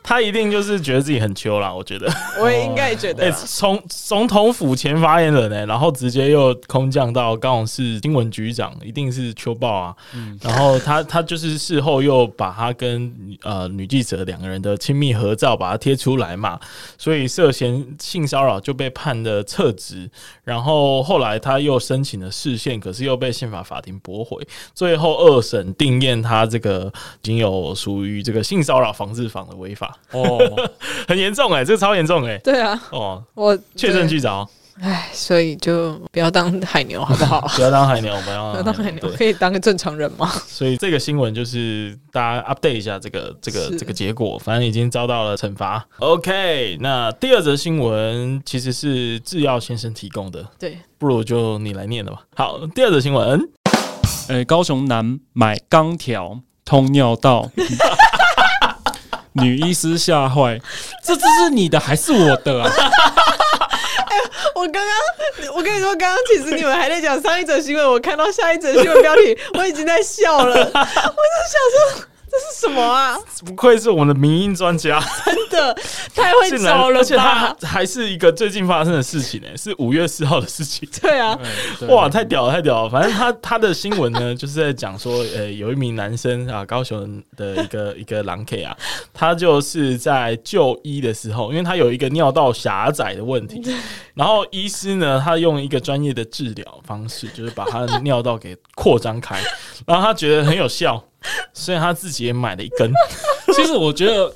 S1: 他一定就是觉得自己很秋啦，我觉得。
S3: 我也应该也觉得啊
S1: 哎、
S3: 啦，
S1: 从总统府前发言人呢、欸然后直接又空降到高雄市新闻局长，一定是秋报啊。然后他他就是事后又把他跟呃女记者两个人的亲密合照把它贴出来嘛，所以涉嫌性骚扰就被判的撤职。然后后来他又申请了释宪，可是又被宪法法庭驳回。最后二审定验他这个已经有属于这个性骚扰防治法的违法，
S4: 哦，
S1: 很严重哎、这个超严重哎、
S3: 对啊，
S1: 哦，
S3: 我
S1: 确证啊据凿。
S3: 哎，所以就不要当海牛好 不好？
S1: 不要当海鸟，不要
S3: 不要当海牛，
S1: 啊对
S3: 可以当个正常人吗？
S1: 所以这个新闻就是大家 update 一下这个这个
S3: 是
S1: 这个结果，反正已经遭到了惩罚。OK，那第二则新闻其实是制药先生提供的，
S3: 对，
S1: 不如就你来念了吧。好，第二则新闻，
S4: 呃，高雄男买钢条通尿道，女医师吓坏，这这是你的还是我的啊？
S3: 我刚刚，我跟你说，刚刚其实你们还在讲上一则新闻，我看到下一则新闻标题，我已经在 笑了。我就想说，这是什么啊？
S1: 不愧是我们的民音专家，
S3: 真的太会
S1: 竟然
S3: 找了
S1: 而且它
S3: 吧？
S1: 还是一个最近发生的事情呢、欸是五月四号的事情。
S3: 对啊，
S1: 哇，太屌了，太屌了！反正他他的新闻呢， 就是在讲说，呃，有一名男生啊，高雄的一个一个狼 K 啊，他就是在就医的时候，因为他有一个尿道狭窄的问题， 然后医师呢，他用一个专业的治疗方式，就是把他的尿道给扩张开，然后他觉得很有效，所以他自己也买了一 根。哦
S4: 其实我觉得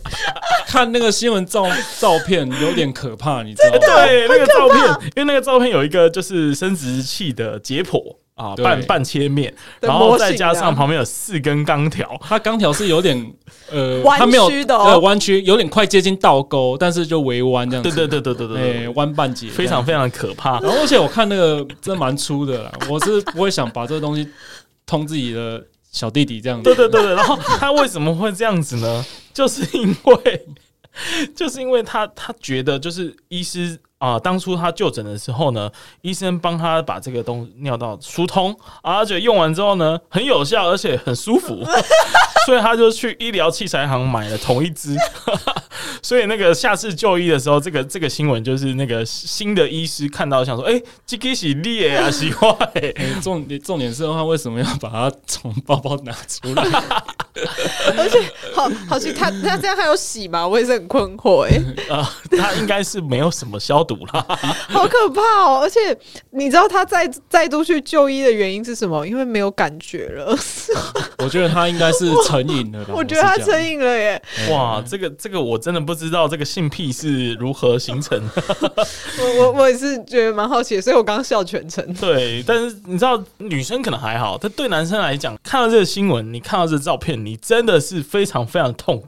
S4: 看那个新闻照照片有点可怕，你知道吗？
S1: 对，那个照片，因为那个照片有一个就是生殖器的解剖啊，
S4: 对
S1: 半半切面，
S3: 的
S1: 然后
S3: 模型
S1: 再加上
S3: 啊
S1: 旁边有四根钢条。
S4: 它钢条是有点呃，
S3: 弯
S4: 它没有
S3: 曲的哦
S4: 呃弯曲，有点快接近倒钩，但是就微弯这样子。
S1: 对对对对对对
S4: 哎，
S1: 对，
S4: 弯半截，
S1: 非常。非常可怕。
S4: 然后而且我看那个真蛮粗的啦，我是不会想把这个东西通自己的小弟弟这样子。
S1: 对对对对，然后他为什么会这样子呢？就是因为， 就是因为他他觉得就是医师啊、当初他就诊的时候呢，医生帮他把这个东尿道疏通，啊，而且用完之后呢，很有效，而且很舒服，所以他就去医疗器材行买了同一支。 所以那个下次就医的时候，这个这个新闻就是那个新的医师看到想说，哎、这个是裂啊，奇怪、
S4: 哎重点重点是他为什么要把它从包包拿出来？
S3: 而且好好奇他他这样还有洗吗？我也是很困惑 哎、
S1: 呃，他应该是没有什么消毒啦，
S3: 好可怕哦！而且你知道他再再度去就医的原因是什么？因为没有感觉了，
S4: 我觉得他应该是成瘾
S1: 哦
S4: 了啦。
S3: 我觉得他
S4: 是这样
S3: 成瘾了耶！
S1: 哇，这个这个我真的不知道这个性癖是如何形成 的。
S3: 我我我也是觉得蛮好奇的，所以我刚刚笑全程。
S1: 对，但是你知道女生可能还好，但对男生来讲，看到这个新闻，你看到这个照片，你真的是非常非常痛。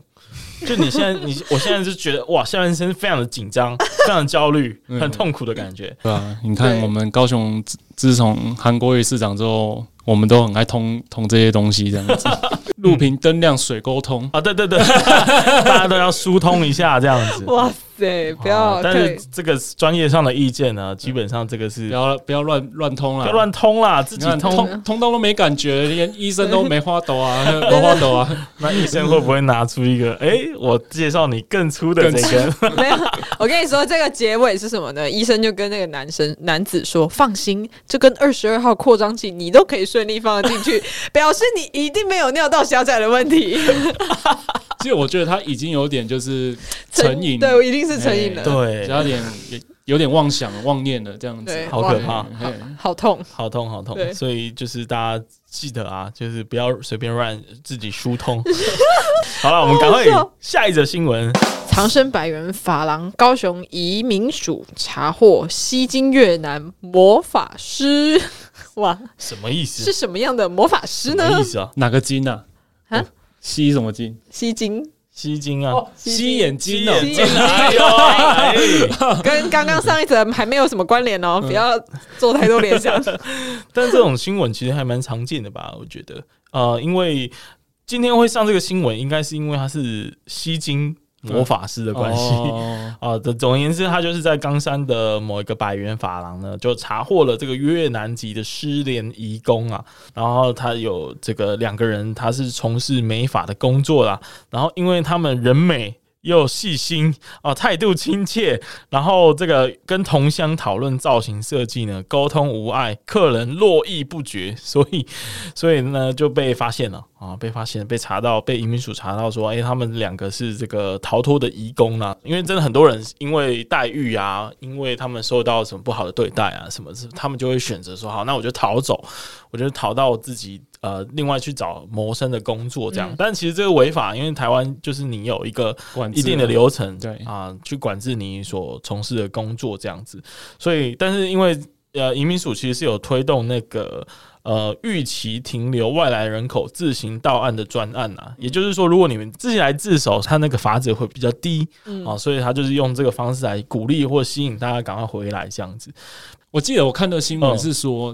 S1: 就你现在，你我现在就觉得哇，下半身非常的紧张， 非常焦虑，很痛苦的感觉。
S4: 对啊，你看
S3: 对
S4: 我们高雄自自从韩国瑜市长之后，我们都很爱通通这些东西，这样 子，路平灯亮水沟通。
S1: 啊，对对 对，大家都要疏通一下这样子。
S3: 哇塞，不要！
S1: 啊但
S3: 对
S1: 是这个专业上的意见呢，基本上这个是
S4: 不要不要乱乱通
S1: 不
S4: 啦！
S1: 要乱通啦，自
S4: 你
S1: 己
S4: 看
S1: 通啊
S3: 啊
S4: 通通道都没感觉，连医生都没花抖 啊，没花抖啊。
S1: 那医生会不会拿出一个？哎、我介绍你更粗的这个，
S3: 没有， 我跟你说，这个结尾是什么呢？医生就跟那个男生男子说：“放心，这跟二十二号扩张器你都可以顺利放得进 去，表示你一定没有尿道狭窄的问题。
S4: 其实我觉得他已经有点就是
S3: 成
S4: 成瘾，
S3: 对我一定是成瘾了
S4: 哎
S1: 对
S4: 有点有点妄想妄念了这样子
S3: 对，
S1: 好可怕
S4: 哇嘿
S3: 好痛，
S1: 好痛好痛。
S3: 对
S1: 所以就是大家记得啊，就是不要随便乱自己疏通。好了，我们赶快
S3: 好好笑
S1: 下一则新闻。
S3: 长生百元法郎，高雄移民署查获吸金越南魔法师。 哇，
S1: 什么意
S3: 是
S1: 思？
S3: 什么样的魔法师
S1: 什
S3: 呢
S1: 么？意思啊？
S4: 哪个金啊？
S3: 啊
S4: 吸什么金？
S3: 吸睛
S1: 吸睛啊，
S4: 哦，吸眼睛哦，
S3: 吸眼睛
S1: 哎呦，哎
S3: 跟刚刚上一则还没有什么关联
S1: 嗯
S3: 哦，不要做太多联想。
S1: 但这种新闻其实还蛮常见的吧？我觉得，呃，因为今天会上这个新闻，应该是因为它是吸睛魔法师的
S4: 的
S1: 关系。啊，总总而言之，他就是在冈山的某一个百元法郎呢，就查获了这个越南籍的失联移工啊。然后他有这个两个人，他是从事美发的工作啦。然后因为他们人美又细心啊，态度亲切，然后这个跟同乡讨论造型设计呢，沟通无碍，客人络绎不绝， 所以所以呢就被发现了啊，被发现被查到，被移民署查到说，哎、他们两个是这个逃脱的移工啦、因为真的很多人因为待遇啊，因为他们受到什么不好的对待啊，什么是他们就会选择说，好，那我就逃走，我就逃到我自己。呃，另外去找谋生的工作这样，但其实这个违法，因为台湾就是你有一个
S4: 管制啊
S1: 一定的流程，
S4: 对
S1: 啊，去管制你所从事的工作这样子。所以，但是因为呃，移民署其实是有推动那个呃预期停留外来人口自行到案的专案
S4: 嗯
S1: 啊，也就是说，如果你们自己来自首，他那个罚则会比较低、
S4: 嗯
S1: 啊，所以他就是用这个方式来鼓励或吸引大家赶快回来这样子。
S4: 我记得我看到新闻
S1: 嗯
S4: 是说，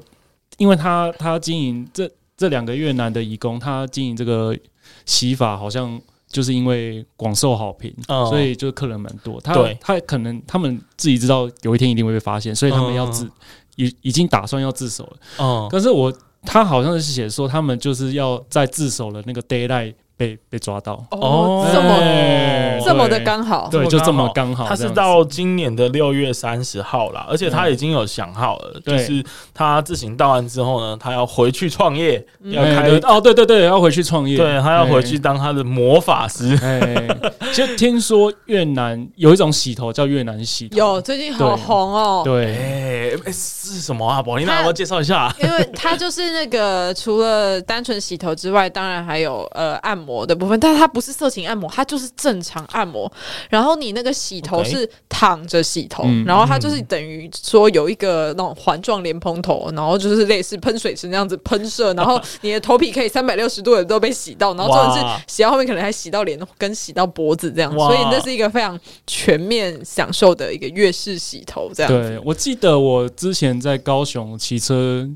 S4: 因为他他经营这这两个越南的移工，他经营这个洗法好像就是因为广受好评，
S1: 嗯
S4: 所以就是客人蛮多。他
S1: 对
S4: 他可能他们自己知道有一天一定会被发现，所以他们要自
S1: 嗯
S4: 已已经打算要自首了。
S1: 嗯，
S4: 但是我他好像是写说，他们就是要在自首的那个 d a y l i g h t 被被抓到。
S1: 哦
S3: 这么
S4: 哎
S3: 这么的刚好，
S4: 对，
S1: 这么
S4: 就这么
S1: 刚
S4: 刚好
S1: 他
S4: 这样子，
S1: 是到今年的六月三十号啦，而且他已经有想好了，就
S4: 嗯对
S1: 是他自行到案之后呢，他要回去创业，要
S4: 哎
S1: 开
S4: 对哦，对对对，要回去创业，
S1: 对他要回去
S4: 哎
S1: 当他的魔法师。
S4: 哎，其实听说越南有一种洗头叫越南洗头，
S3: 有最近好
S4: 对
S3: 红哦。
S4: 对，
S1: 哎、哎是什么啊？宝丽娜，
S3: 他
S1: 要不要介绍一下。 啊
S3: 因为它就是那个除了单纯洗头之外，当然还有呃按摩的部分，但它不是色情按摩，它就是正常按摩。然后你那个洗头
S1: OK
S3: 是躺着洗头
S4: 嗯
S3: 然后它就是等于说有一个那种环状莲蓬头，然后就是类似喷水池那样子喷射，然后你的头皮可以三百六十度的都被洗到，然后重点
S1: 哇
S3: 是洗到后面可能还洗到脸跟洗到脖子这样，
S1: 哇
S3: 所以那是一个非常全面享受的一个粤式洗头这样。
S4: 对我记得我之前在高雄骑车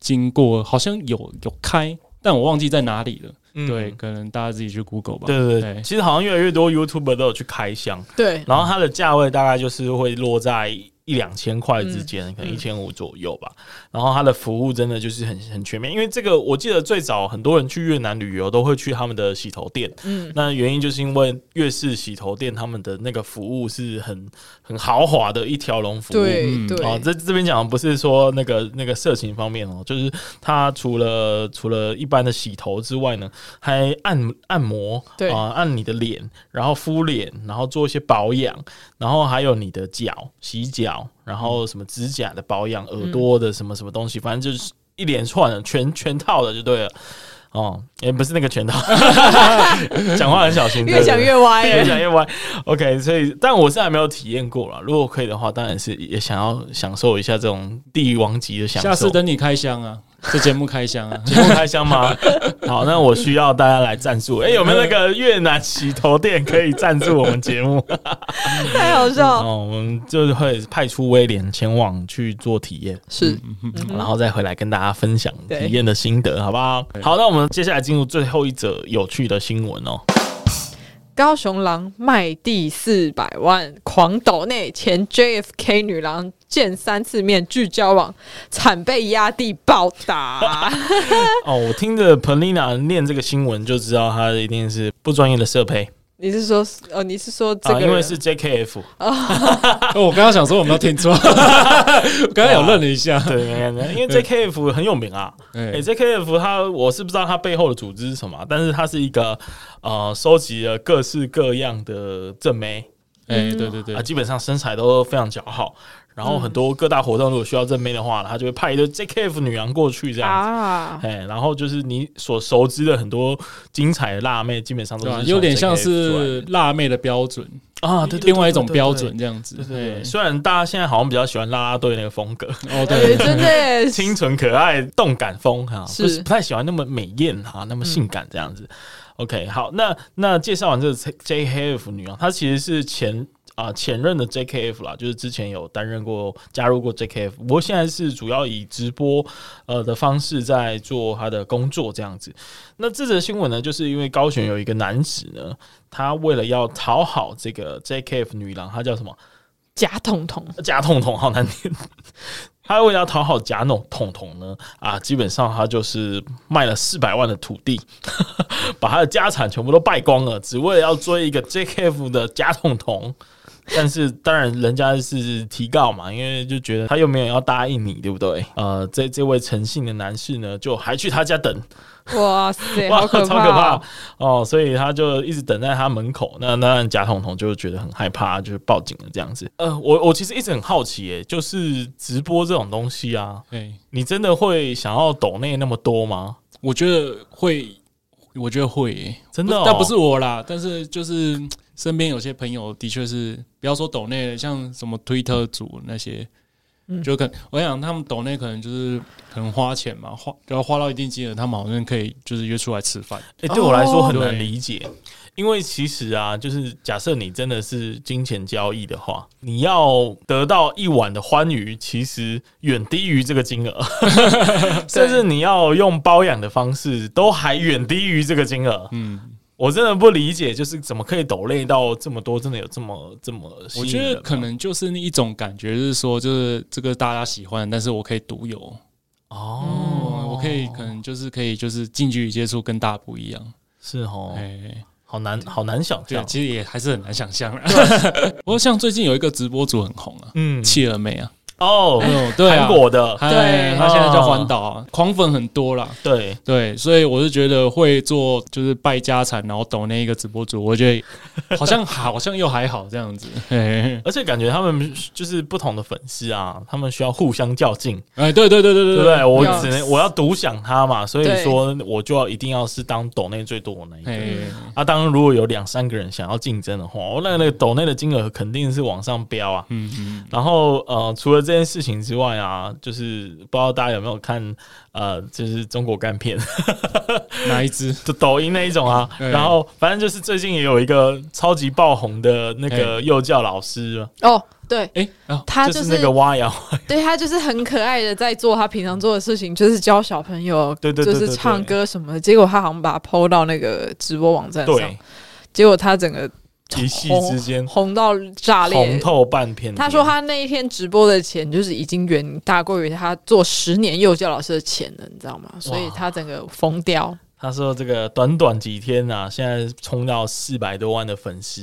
S4: 经过，好像有有开，但我忘记在哪里了。
S1: 嗯
S4: 对，可能大家自己去 Google 吧。
S1: 对对对，
S4: 对
S1: 其实好像越来越多 YouTuber 都有去开箱，
S3: 对，
S1: 然后它的价位大概就是会落在一两千块之间，
S3: 嗯
S1: 可能一千五左右吧。然后它的服务真的就是很很全面，因为这个我记得最早很多人去越南旅游都会去他们的洗头店，嗯，那原因就是因为越式洗头店他们的那个服务是很很豪华的一条龙服务，
S3: 对、
S4: 嗯
S3: 对。
S1: 哦，这这边讲的不是说那个那个色情方面哦，就是它除了除了一般的洗头之外呢，还按按摩，
S3: 对
S1: 啊、按你的脸，然后敷脸，然后做一些保养，然后还有你的脚洗脚，然后什么指甲的保养，
S3: 嗯
S1: 耳朵的什么什么东西，反正就是一连串的全全套的就对了。哦，也不是那个 全套，讲话很小心，对
S3: 越
S1: 对
S3: 想
S1: 对
S3: 越歪、
S1: 越
S3: 欸，
S1: 想越歪。OK，所以但我是还没有体验过啦。如果可以的话，当然是也想要享受一下这种帝王级的享受。。
S4: 下次等你开箱啊，这节目开箱啊
S1: 节目开箱吗？ 好，那我需要大家来赞助。哎、有没有那个越南洗头店可以赞助我们节目？
S3: 太好笑了。
S1: 哦，我们就是会派出威廉前往去做体验。
S3: 是，
S1: 嗯然后再回来跟大家分享
S3: 对
S1: 体验的心得，好不好？好，那我们接下来进入最后一则有趣的新闻哦。
S3: 高雄狼卖地四百万，狂抖内前 JFK 女郎见三次面拒交往，惨被压地暴 打。
S1: 哦，我听着 Pelina 念这个新闻就知道，她一定是不专业的社配。
S3: 你是说哦？你是说这个
S1: 啊，
S3: 人、
S1: 因为是 JKF，
S4: 哦我刚刚想说我们要听错， 我刚刚有愣了一下。 哎
S1: 对，没没没因为 JKF 很有名啊。
S4: 对
S1: 诶 j k f 它我是不知道它背后的组织是什么啊，但是它是一个呃，收集了各式各样的正妹
S4: 哎，对对嗯对
S1: 啊，，基本上身材都非常姣好。然后很多各大活动如果需要正妹的话，他就会派一堆 JKF 女郎过去这样子。
S3: 啊，
S1: 哎，然后就是你所熟知的很多精彩的辣妹，基本上都
S4: 对吧？啊
S1: 是
S4: 有点像
S1: 从 JKF 出来的
S4: 是辣妹的标准，
S1: 啊，对，对
S4: 另外一种标。准
S1: 对
S4: 这样子。
S1: 对对对对对，
S4: 哎
S1: 虽然大家现在好像比较喜欢啦啦队那个风格，
S4: 哦，
S3: 对，
S4: 对，
S3: 真的耶
S1: 清纯可爱、动感风哈，
S3: 是
S1: 不不太喜欢那么美艳哈，那么性感这样子。OK，好，那那介绍完这个 JKF 女王，她其实是前啊、前任的 JKF 啦，就是之前有担任过加入过 JKF，不过现在是主要以直播呃的方式在做她的工作这样子。那这则新闻呢，就是因为高雄有一个男子呢，他为了要讨好这个 JKF 女郎，他叫什么？
S3: 假彤彤，
S1: 贾统统好难念。他为了要讨好贾统统统呢，啊，基本上他就是卖了四百万的土地， 把他的家产全部都败光了，只为了要追一个 JKF 的贾统统。但是当然，人家是提告嘛，因为就觉得他又没有要答应你，对不对？呃，这这位诚信的男士呢，就还去他家等，
S3: 哇塞，
S1: 哇，
S3: 好可
S1: 超
S3: 怕
S1: 可怕
S3: 哦！
S1: 哦！所以他就一直等在他门口。那那贾彤彤就觉得很害怕，就是报警了这样子。呃，我我其实一直很好奇、耶，就是直播这种东西啊，
S4: 对，
S1: 你真的会想要抖内那么多吗？
S4: 我觉得会，我觉得会耶，
S1: 真的哦
S4: 不但不是我啦，但是就是嗯身边有些朋友的确是，不要说抖内，像什么推特组那些，
S1: 嗯
S4: 就可我想他们抖内可能就是可能花钱嘛，花然后花到一定金额，他们好像可以就是约出来吃饭。
S1: 哎、对我来说很
S4: 哦
S1: 难
S4: 对
S1: 理解，因为其实啊，就是假设你真的是金钱交易的话，你要得到一碗的欢愉，其实远低于这个金额， 甚至你要用包养的方式，都还远低于这个金额。
S4: 嗯，
S1: 我真的不理解，就是怎么可以抖累到这么多，真的有这么这么吸
S4: 我
S1: 引
S4: 觉
S1: 人吗？
S4: 得可能就是那一种感觉，就是说就是这个大家喜欢，但是我可以独有，
S1: 哦，
S4: 嗯我可以可能就是可以就是近距离接触，跟大家不一样。
S1: 是哦
S4: 哎、，
S1: 好难好难想
S4: 对，
S1: 象。
S4: 其实也还是很难想象啦。啊 不过像最近有一个直播主很红啊，
S1: 嗯，
S4: 契儿妹啊，
S1: 哦，
S4: 哦，对啊，
S1: 韩国的
S4: 哎，
S3: 对
S4: 她现在叫
S1: 哦
S4: 环岛啊，狂粉很多啦。
S1: 对，
S4: 对，所以我是觉得会做就是败家产，然后抖那一个直播主，我觉得好像好像又还好这样子。哎，
S1: 而且感觉他们就是不同的粉丝啊，他们需要互相较劲，
S4: 哎，对对对对
S1: 对不对？
S4: 对，啊
S1: 我
S3: 要
S1: 只能我要独享他嘛，所以说我就要一定要是当抖内最多的那一个。
S4: 哎，
S1: 啊，当然如果有两三个人想要竞争的话，哦那那个抖内的金额肯定是往上飙啊。
S4: 嗯嗯，
S1: 然后呃，除了这件事情之外啊，就是不知道大家有没有看呃，就是中国干片，
S4: 哪一只？
S1: 就抖音那一种啊。
S4: 对
S1: 然后反正就是最近也有一个超级爆红的那个幼教老师，
S3: 哦，对。
S4: 哎啊，
S3: 他
S1: 就是那个蛙瑶，
S3: 对他就是很可爱的，在做他平常做的事情，就是教小朋友，
S1: 对对对对
S3: 就是唱歌什么的。结果他好像把它抛到那个直播网站上
S1: 对，，
S3: 结果他整个
S1: 一夕之间
S3: 红到炸
S1: 红
S3: 裂。
S1: 透半片天。
S3: 他说他那一天直播的钱，就是已经远大过于他做十年幼教老师的钱了，你知道吗？所以他整个疯掉。
S1: 他说这个短短几天啊，现在冲到四百多万的粉丝，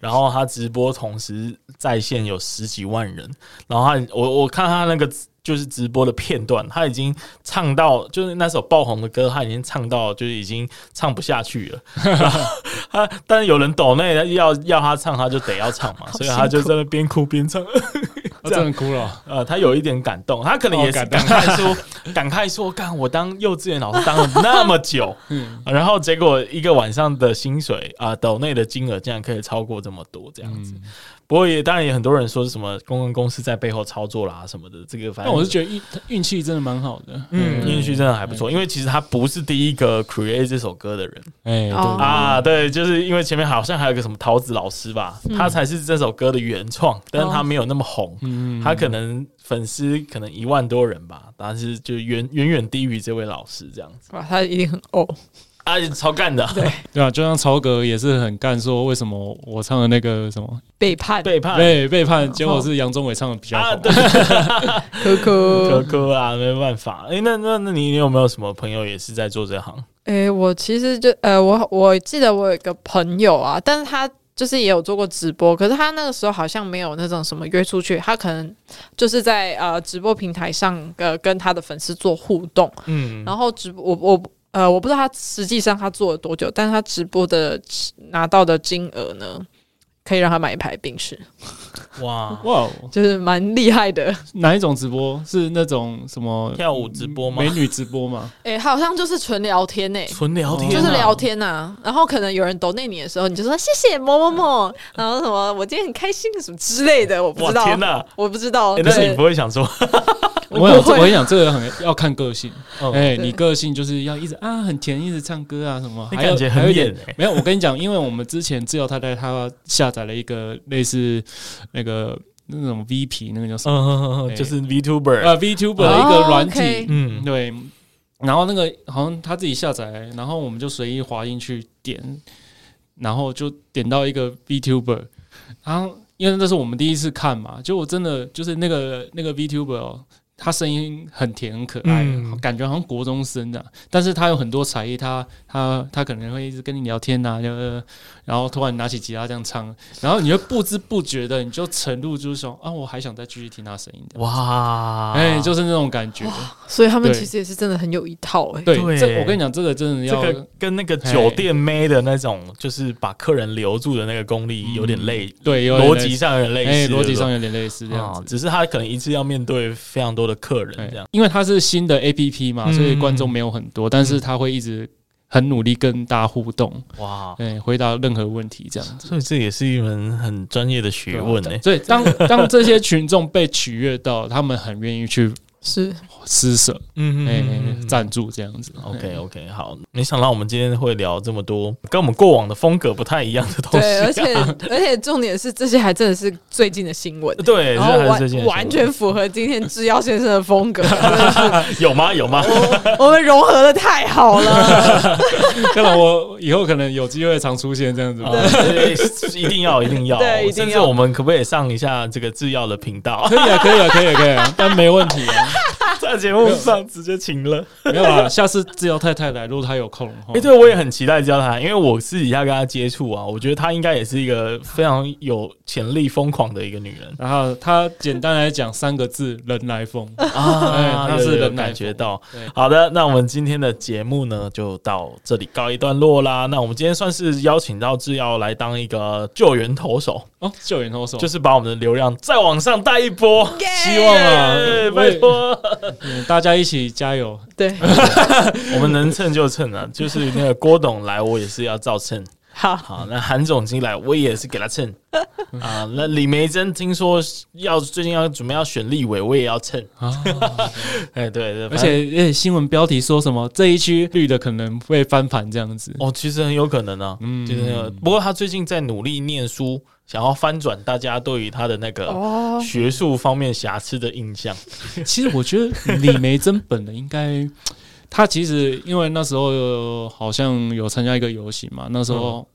S1: 然后他直播同时在线有十几万人，然后他我我看他那个就是直播的片段，他已经唱到就是那首爆红的歌，他已经唱到就是已经唱不下去 了，然后他但是有人抖内要要他唱，他就得要唱嘛，所以他就在那边哭边唱。
S4: 我真的哭了。
S1: 呃，他有一点感动，他可能也是
S4: 哦
S1: 感
S4: 感
S1: 慨说， 感慨说，干我当幼稚园老师当了那么 久，
S4: 嗯
S1: 然后结果一个晚上的薪水啊，抖内的金额竟然可以超过这么多，这样子。
S4: 嗯
S1: 不过也当然也很多人说是什么公关公司在背后操作啦什么的，这个反
S4: 但
S1: 正
S4: 哦我是觉得运运气真的蛮好的。
S1: 嗯，运气真的还不
S4: 嗯
S1: 错，因为其实他不是第一个 create 这首歌的人
S4: 哎，
S3: 哦
S4: 对
S1: 啊，对，就是因为前面好像还有一个什么桃子老师吧，
S3: 嗯
S1: 他才是这首歌的原创，但是他没有那么红，
S3: 哦
S4: 嗯
S1: 他可能粉丝可能一万多人吧，但是就远远远低于这位老师这样子，
S3: 哇，他一定很哦呕。
S1: 啊，超干的，
S4: 对啊，就像曹格也是很干，说为什么我唱的那个什么
S3: 背 叛，
S1: 背叛
S4: 被背叛，结果是杨宗纬唱的比较
S1: 哦啊，
S4: 好。
S1: 对，
S3: 可
S1: 哥
S3: 可。
S1: 哥啊，没办法。哎、那那那你你有没有什么朋友也是在做这行？
S3: 诶、我其实就呃，我我记得我有一个朋友啊，但是他就是也有做过直播，可是他那个时候好像没有那种什么约出去，他可能就是在呃直播平台上呃跟他的粉丝做互动，
S1: 嗯，
S3: 然后直播我我呃我不知道他实际上他做了多久，但是他直播的拿到的金额呢，可以让他买一排病室，
S1: 哇，
S4: 哇哦，
S3: 就是蛮厉害的。
S4: 哪一种直播？是那种什么
S1: 跳舞直播吗
S4: 美？女直 播吗？
S3: 哎、好像就是纯聊天欸呢、
S1: 纯聊天、啊，
S3: 就是聊天呐、然后可能有人抖内你的时候，你就说谢谢某某 某，然后什么我今天很开心什么之类的，我不知道，
S1: 哇天哪
S3: 我不知道，
S1: 欸。但是你不会想说，
S3: 我
S4: 我想，
S3: 不会
S4: 我跟你讲，这个很要看个性。
S1: 嗯
S4: 哎、
S3: 对
S4: 你个性就是要一直啊很甜，一直唱歌啊什么，
S1: 你
S4: 还有
S1: 感觉
S4: 还有一
S1: 很
S4: 点
S1: 演欸
S4: 没有。我跟你讲，因为我们之前治疗太太她下载了一个类似那个那种 V P 那个叫什么、
S1: 嗯，就是 VTuber，
S4: 哎呃 VTuber
S3: 哦
S4: 的一个软体，
S3: OK
S1: 嗯，
S4: 对。然后那个好像她自己下载，然后我们就随意滑进去点，然后就点到一个 VTuber，然后因为那是我们第一次看嘛，就我真的就是那个那个 VTuber 哦，他声音很甜很可爱，
S1: 嗯
S4: 感觉好像国中生的、但是他有很多才艺，他他他可能会一直跟你聊天啊呐、就然后突然拿起吉他这样唱，然后你会不知不觉的你就沉入，就是说啊，我还想再继续听他声音的，
S1: 哇，
S4: 哎、就是那种感觉。
S3: 所以他们
S4: 对
S3: 其实也是真的很有一套哎、
S4: 对，
S1: 对
S4: 这我跟你讲，这个真的
S1: 这
S4: 要、
S1: 个跟那个酒店妹的那种，就是把客人留住的那个功力有点类，
S4: 对嗯有点
S1: 逻
S4: 类
S1: 辑上有点类
S4: 哎，
S1: 似，
S4: 逻辑上
S1: 有
S4: 有点类似这样子。
S1: 只是他可能一次要面对非常多的客人
S4: 对
S1: 哦这样，，
S4: 因为它是新的 APP 嘛，
S1: 嗯
S4: 所以观众没有很多，但是他会一直很努力跟大家互动，
S1: 哇，
S4: 对，回答任何问题哎这样子。
S1: 所以这也是一门很专业的学问呢。
S4: 所以当当这些群众被取悦到，他们很愿意去
S3: 是
S4: 施舍，
S1: 嗯哦
S4: 哎、赞助这样子。
S1: OK OK，好，没想到我们今天会聊这么多跟我们过往的风格不太一样的东西，啊
S3: 对，而且而且重点是这些还真的是最近的新闻、
S1: 对，
S3: 然
S1: 这还
S3: 后
S1: 是最近的新闻
S3: 哦完完全符合今天制药先生的风格，真的是
S1: 有吗？有吗？
S3: 我我们融合的太好了，
S4: 看来我以后可能有机会常出现这样子
S1: 哦
S4: 吧。
S1: 对，啊 一定要，一定要，
S3: 对一定
S1: 甚
S3: 要
S1: 至我们可不可以上一下这个制药的频道
S4: 可？以啊，可以啊，可以啊，可以啊，但没问题啊，
S1: 在节目上直接请了。
S4: 没有啊。下次自由太太来，如果她有空的话，
S1: 哎、对，我也很期待教他，因为我私底下跟他接触啊，我觉得她应该也是一个非常有潜力、疯狂的一个女人
S4: 然后她简单来讲三个字：人来 疯。
S1: 啊
S4: 哎她
S1: 有
S4: 是
S1: 有
S4: 人来
S1: 感觉
S4: 疯
S1: 到
S4: 对。
S1: 好的，那我们今天的节目呢，就到这里告一段落啦。那我们今天算是邀请到制药来当一个救援投手，
S4: 哦，救援投手
S1: 就是把我们的流量再往上带一波。
S4: 希望啊
S1: 哎，
S4: 我
S1: 拜
S4: 也
S1: 托。
S4: 嗯大家一起加油。
S3: 对，
S1: 我们能蹭就蹭 啊，就是那个郭董来，我也是要照蹭。
S3: 好。
S1: 好，那韩总经来，我也是给他 蹭。啊，那李梅珍听说要最近要准备要选立委，我也要蹭。
S4: 啊！
S1: 哎，对对，
S4: 而
S1: 反正
S4: 且，而且新闻标题说什么这一区绿的可能会翻盘这样子。
S1: 哦，其实很有可能啊，
S4: 嗯
S1: 就是那个不过他最近在努力念书，想要翻转大家对于他的那个
S3: 哦，
S1: 学术方面瑕疵的印象。
S4: 其实我觉得李梅珍本人应该，她其实因为那时候好像有参加一个游行嘛，那时候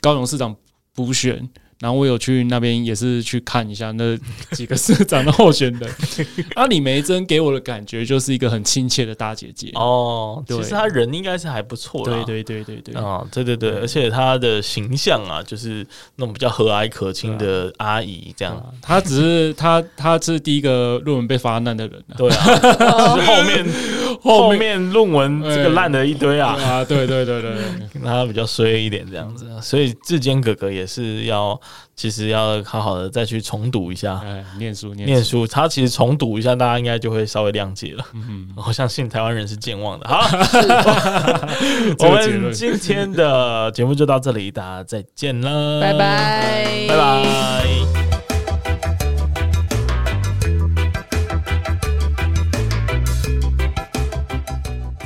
S4: 高雄市长补选。然后我有去那边，也是去看一下那几个市长的候选 人。啊，李梅珍给我的感觉就是一个很亲切的大姐姐。
S1: 哦，
S4: 对
S1: 其实他人应该是还不错啦。
S4: 对对对对对，
S1: 啊、对对对，而且她的形象啊，就是那种比较和蔼可亲的阿姨这样。
S4: 啊她只是她她是第一个论文被发难的人啊。
S1: 对啊， 就是后面后
S4: 后面
S1: 面论文这个烂的一堆啊，
S4: 啊，对对对对对。
S1: 他比较衰一点这样子，所以志坚哥哥也是要，其实要好好的再去重读一下
S4: 哎，念书念
S1: 嗯念，书，他其实重读一下，大家应该就会稍微谅解了。
S4: 嗯，
S1: 我相信台湾人是健 忘的。好，
S4: 这
S1: 我
S4: 个结
S1: 们
S4: 论
S1: 今天的节目就到这里，大家再见了，
S3: 拜，拜，
S1: 拜拜。非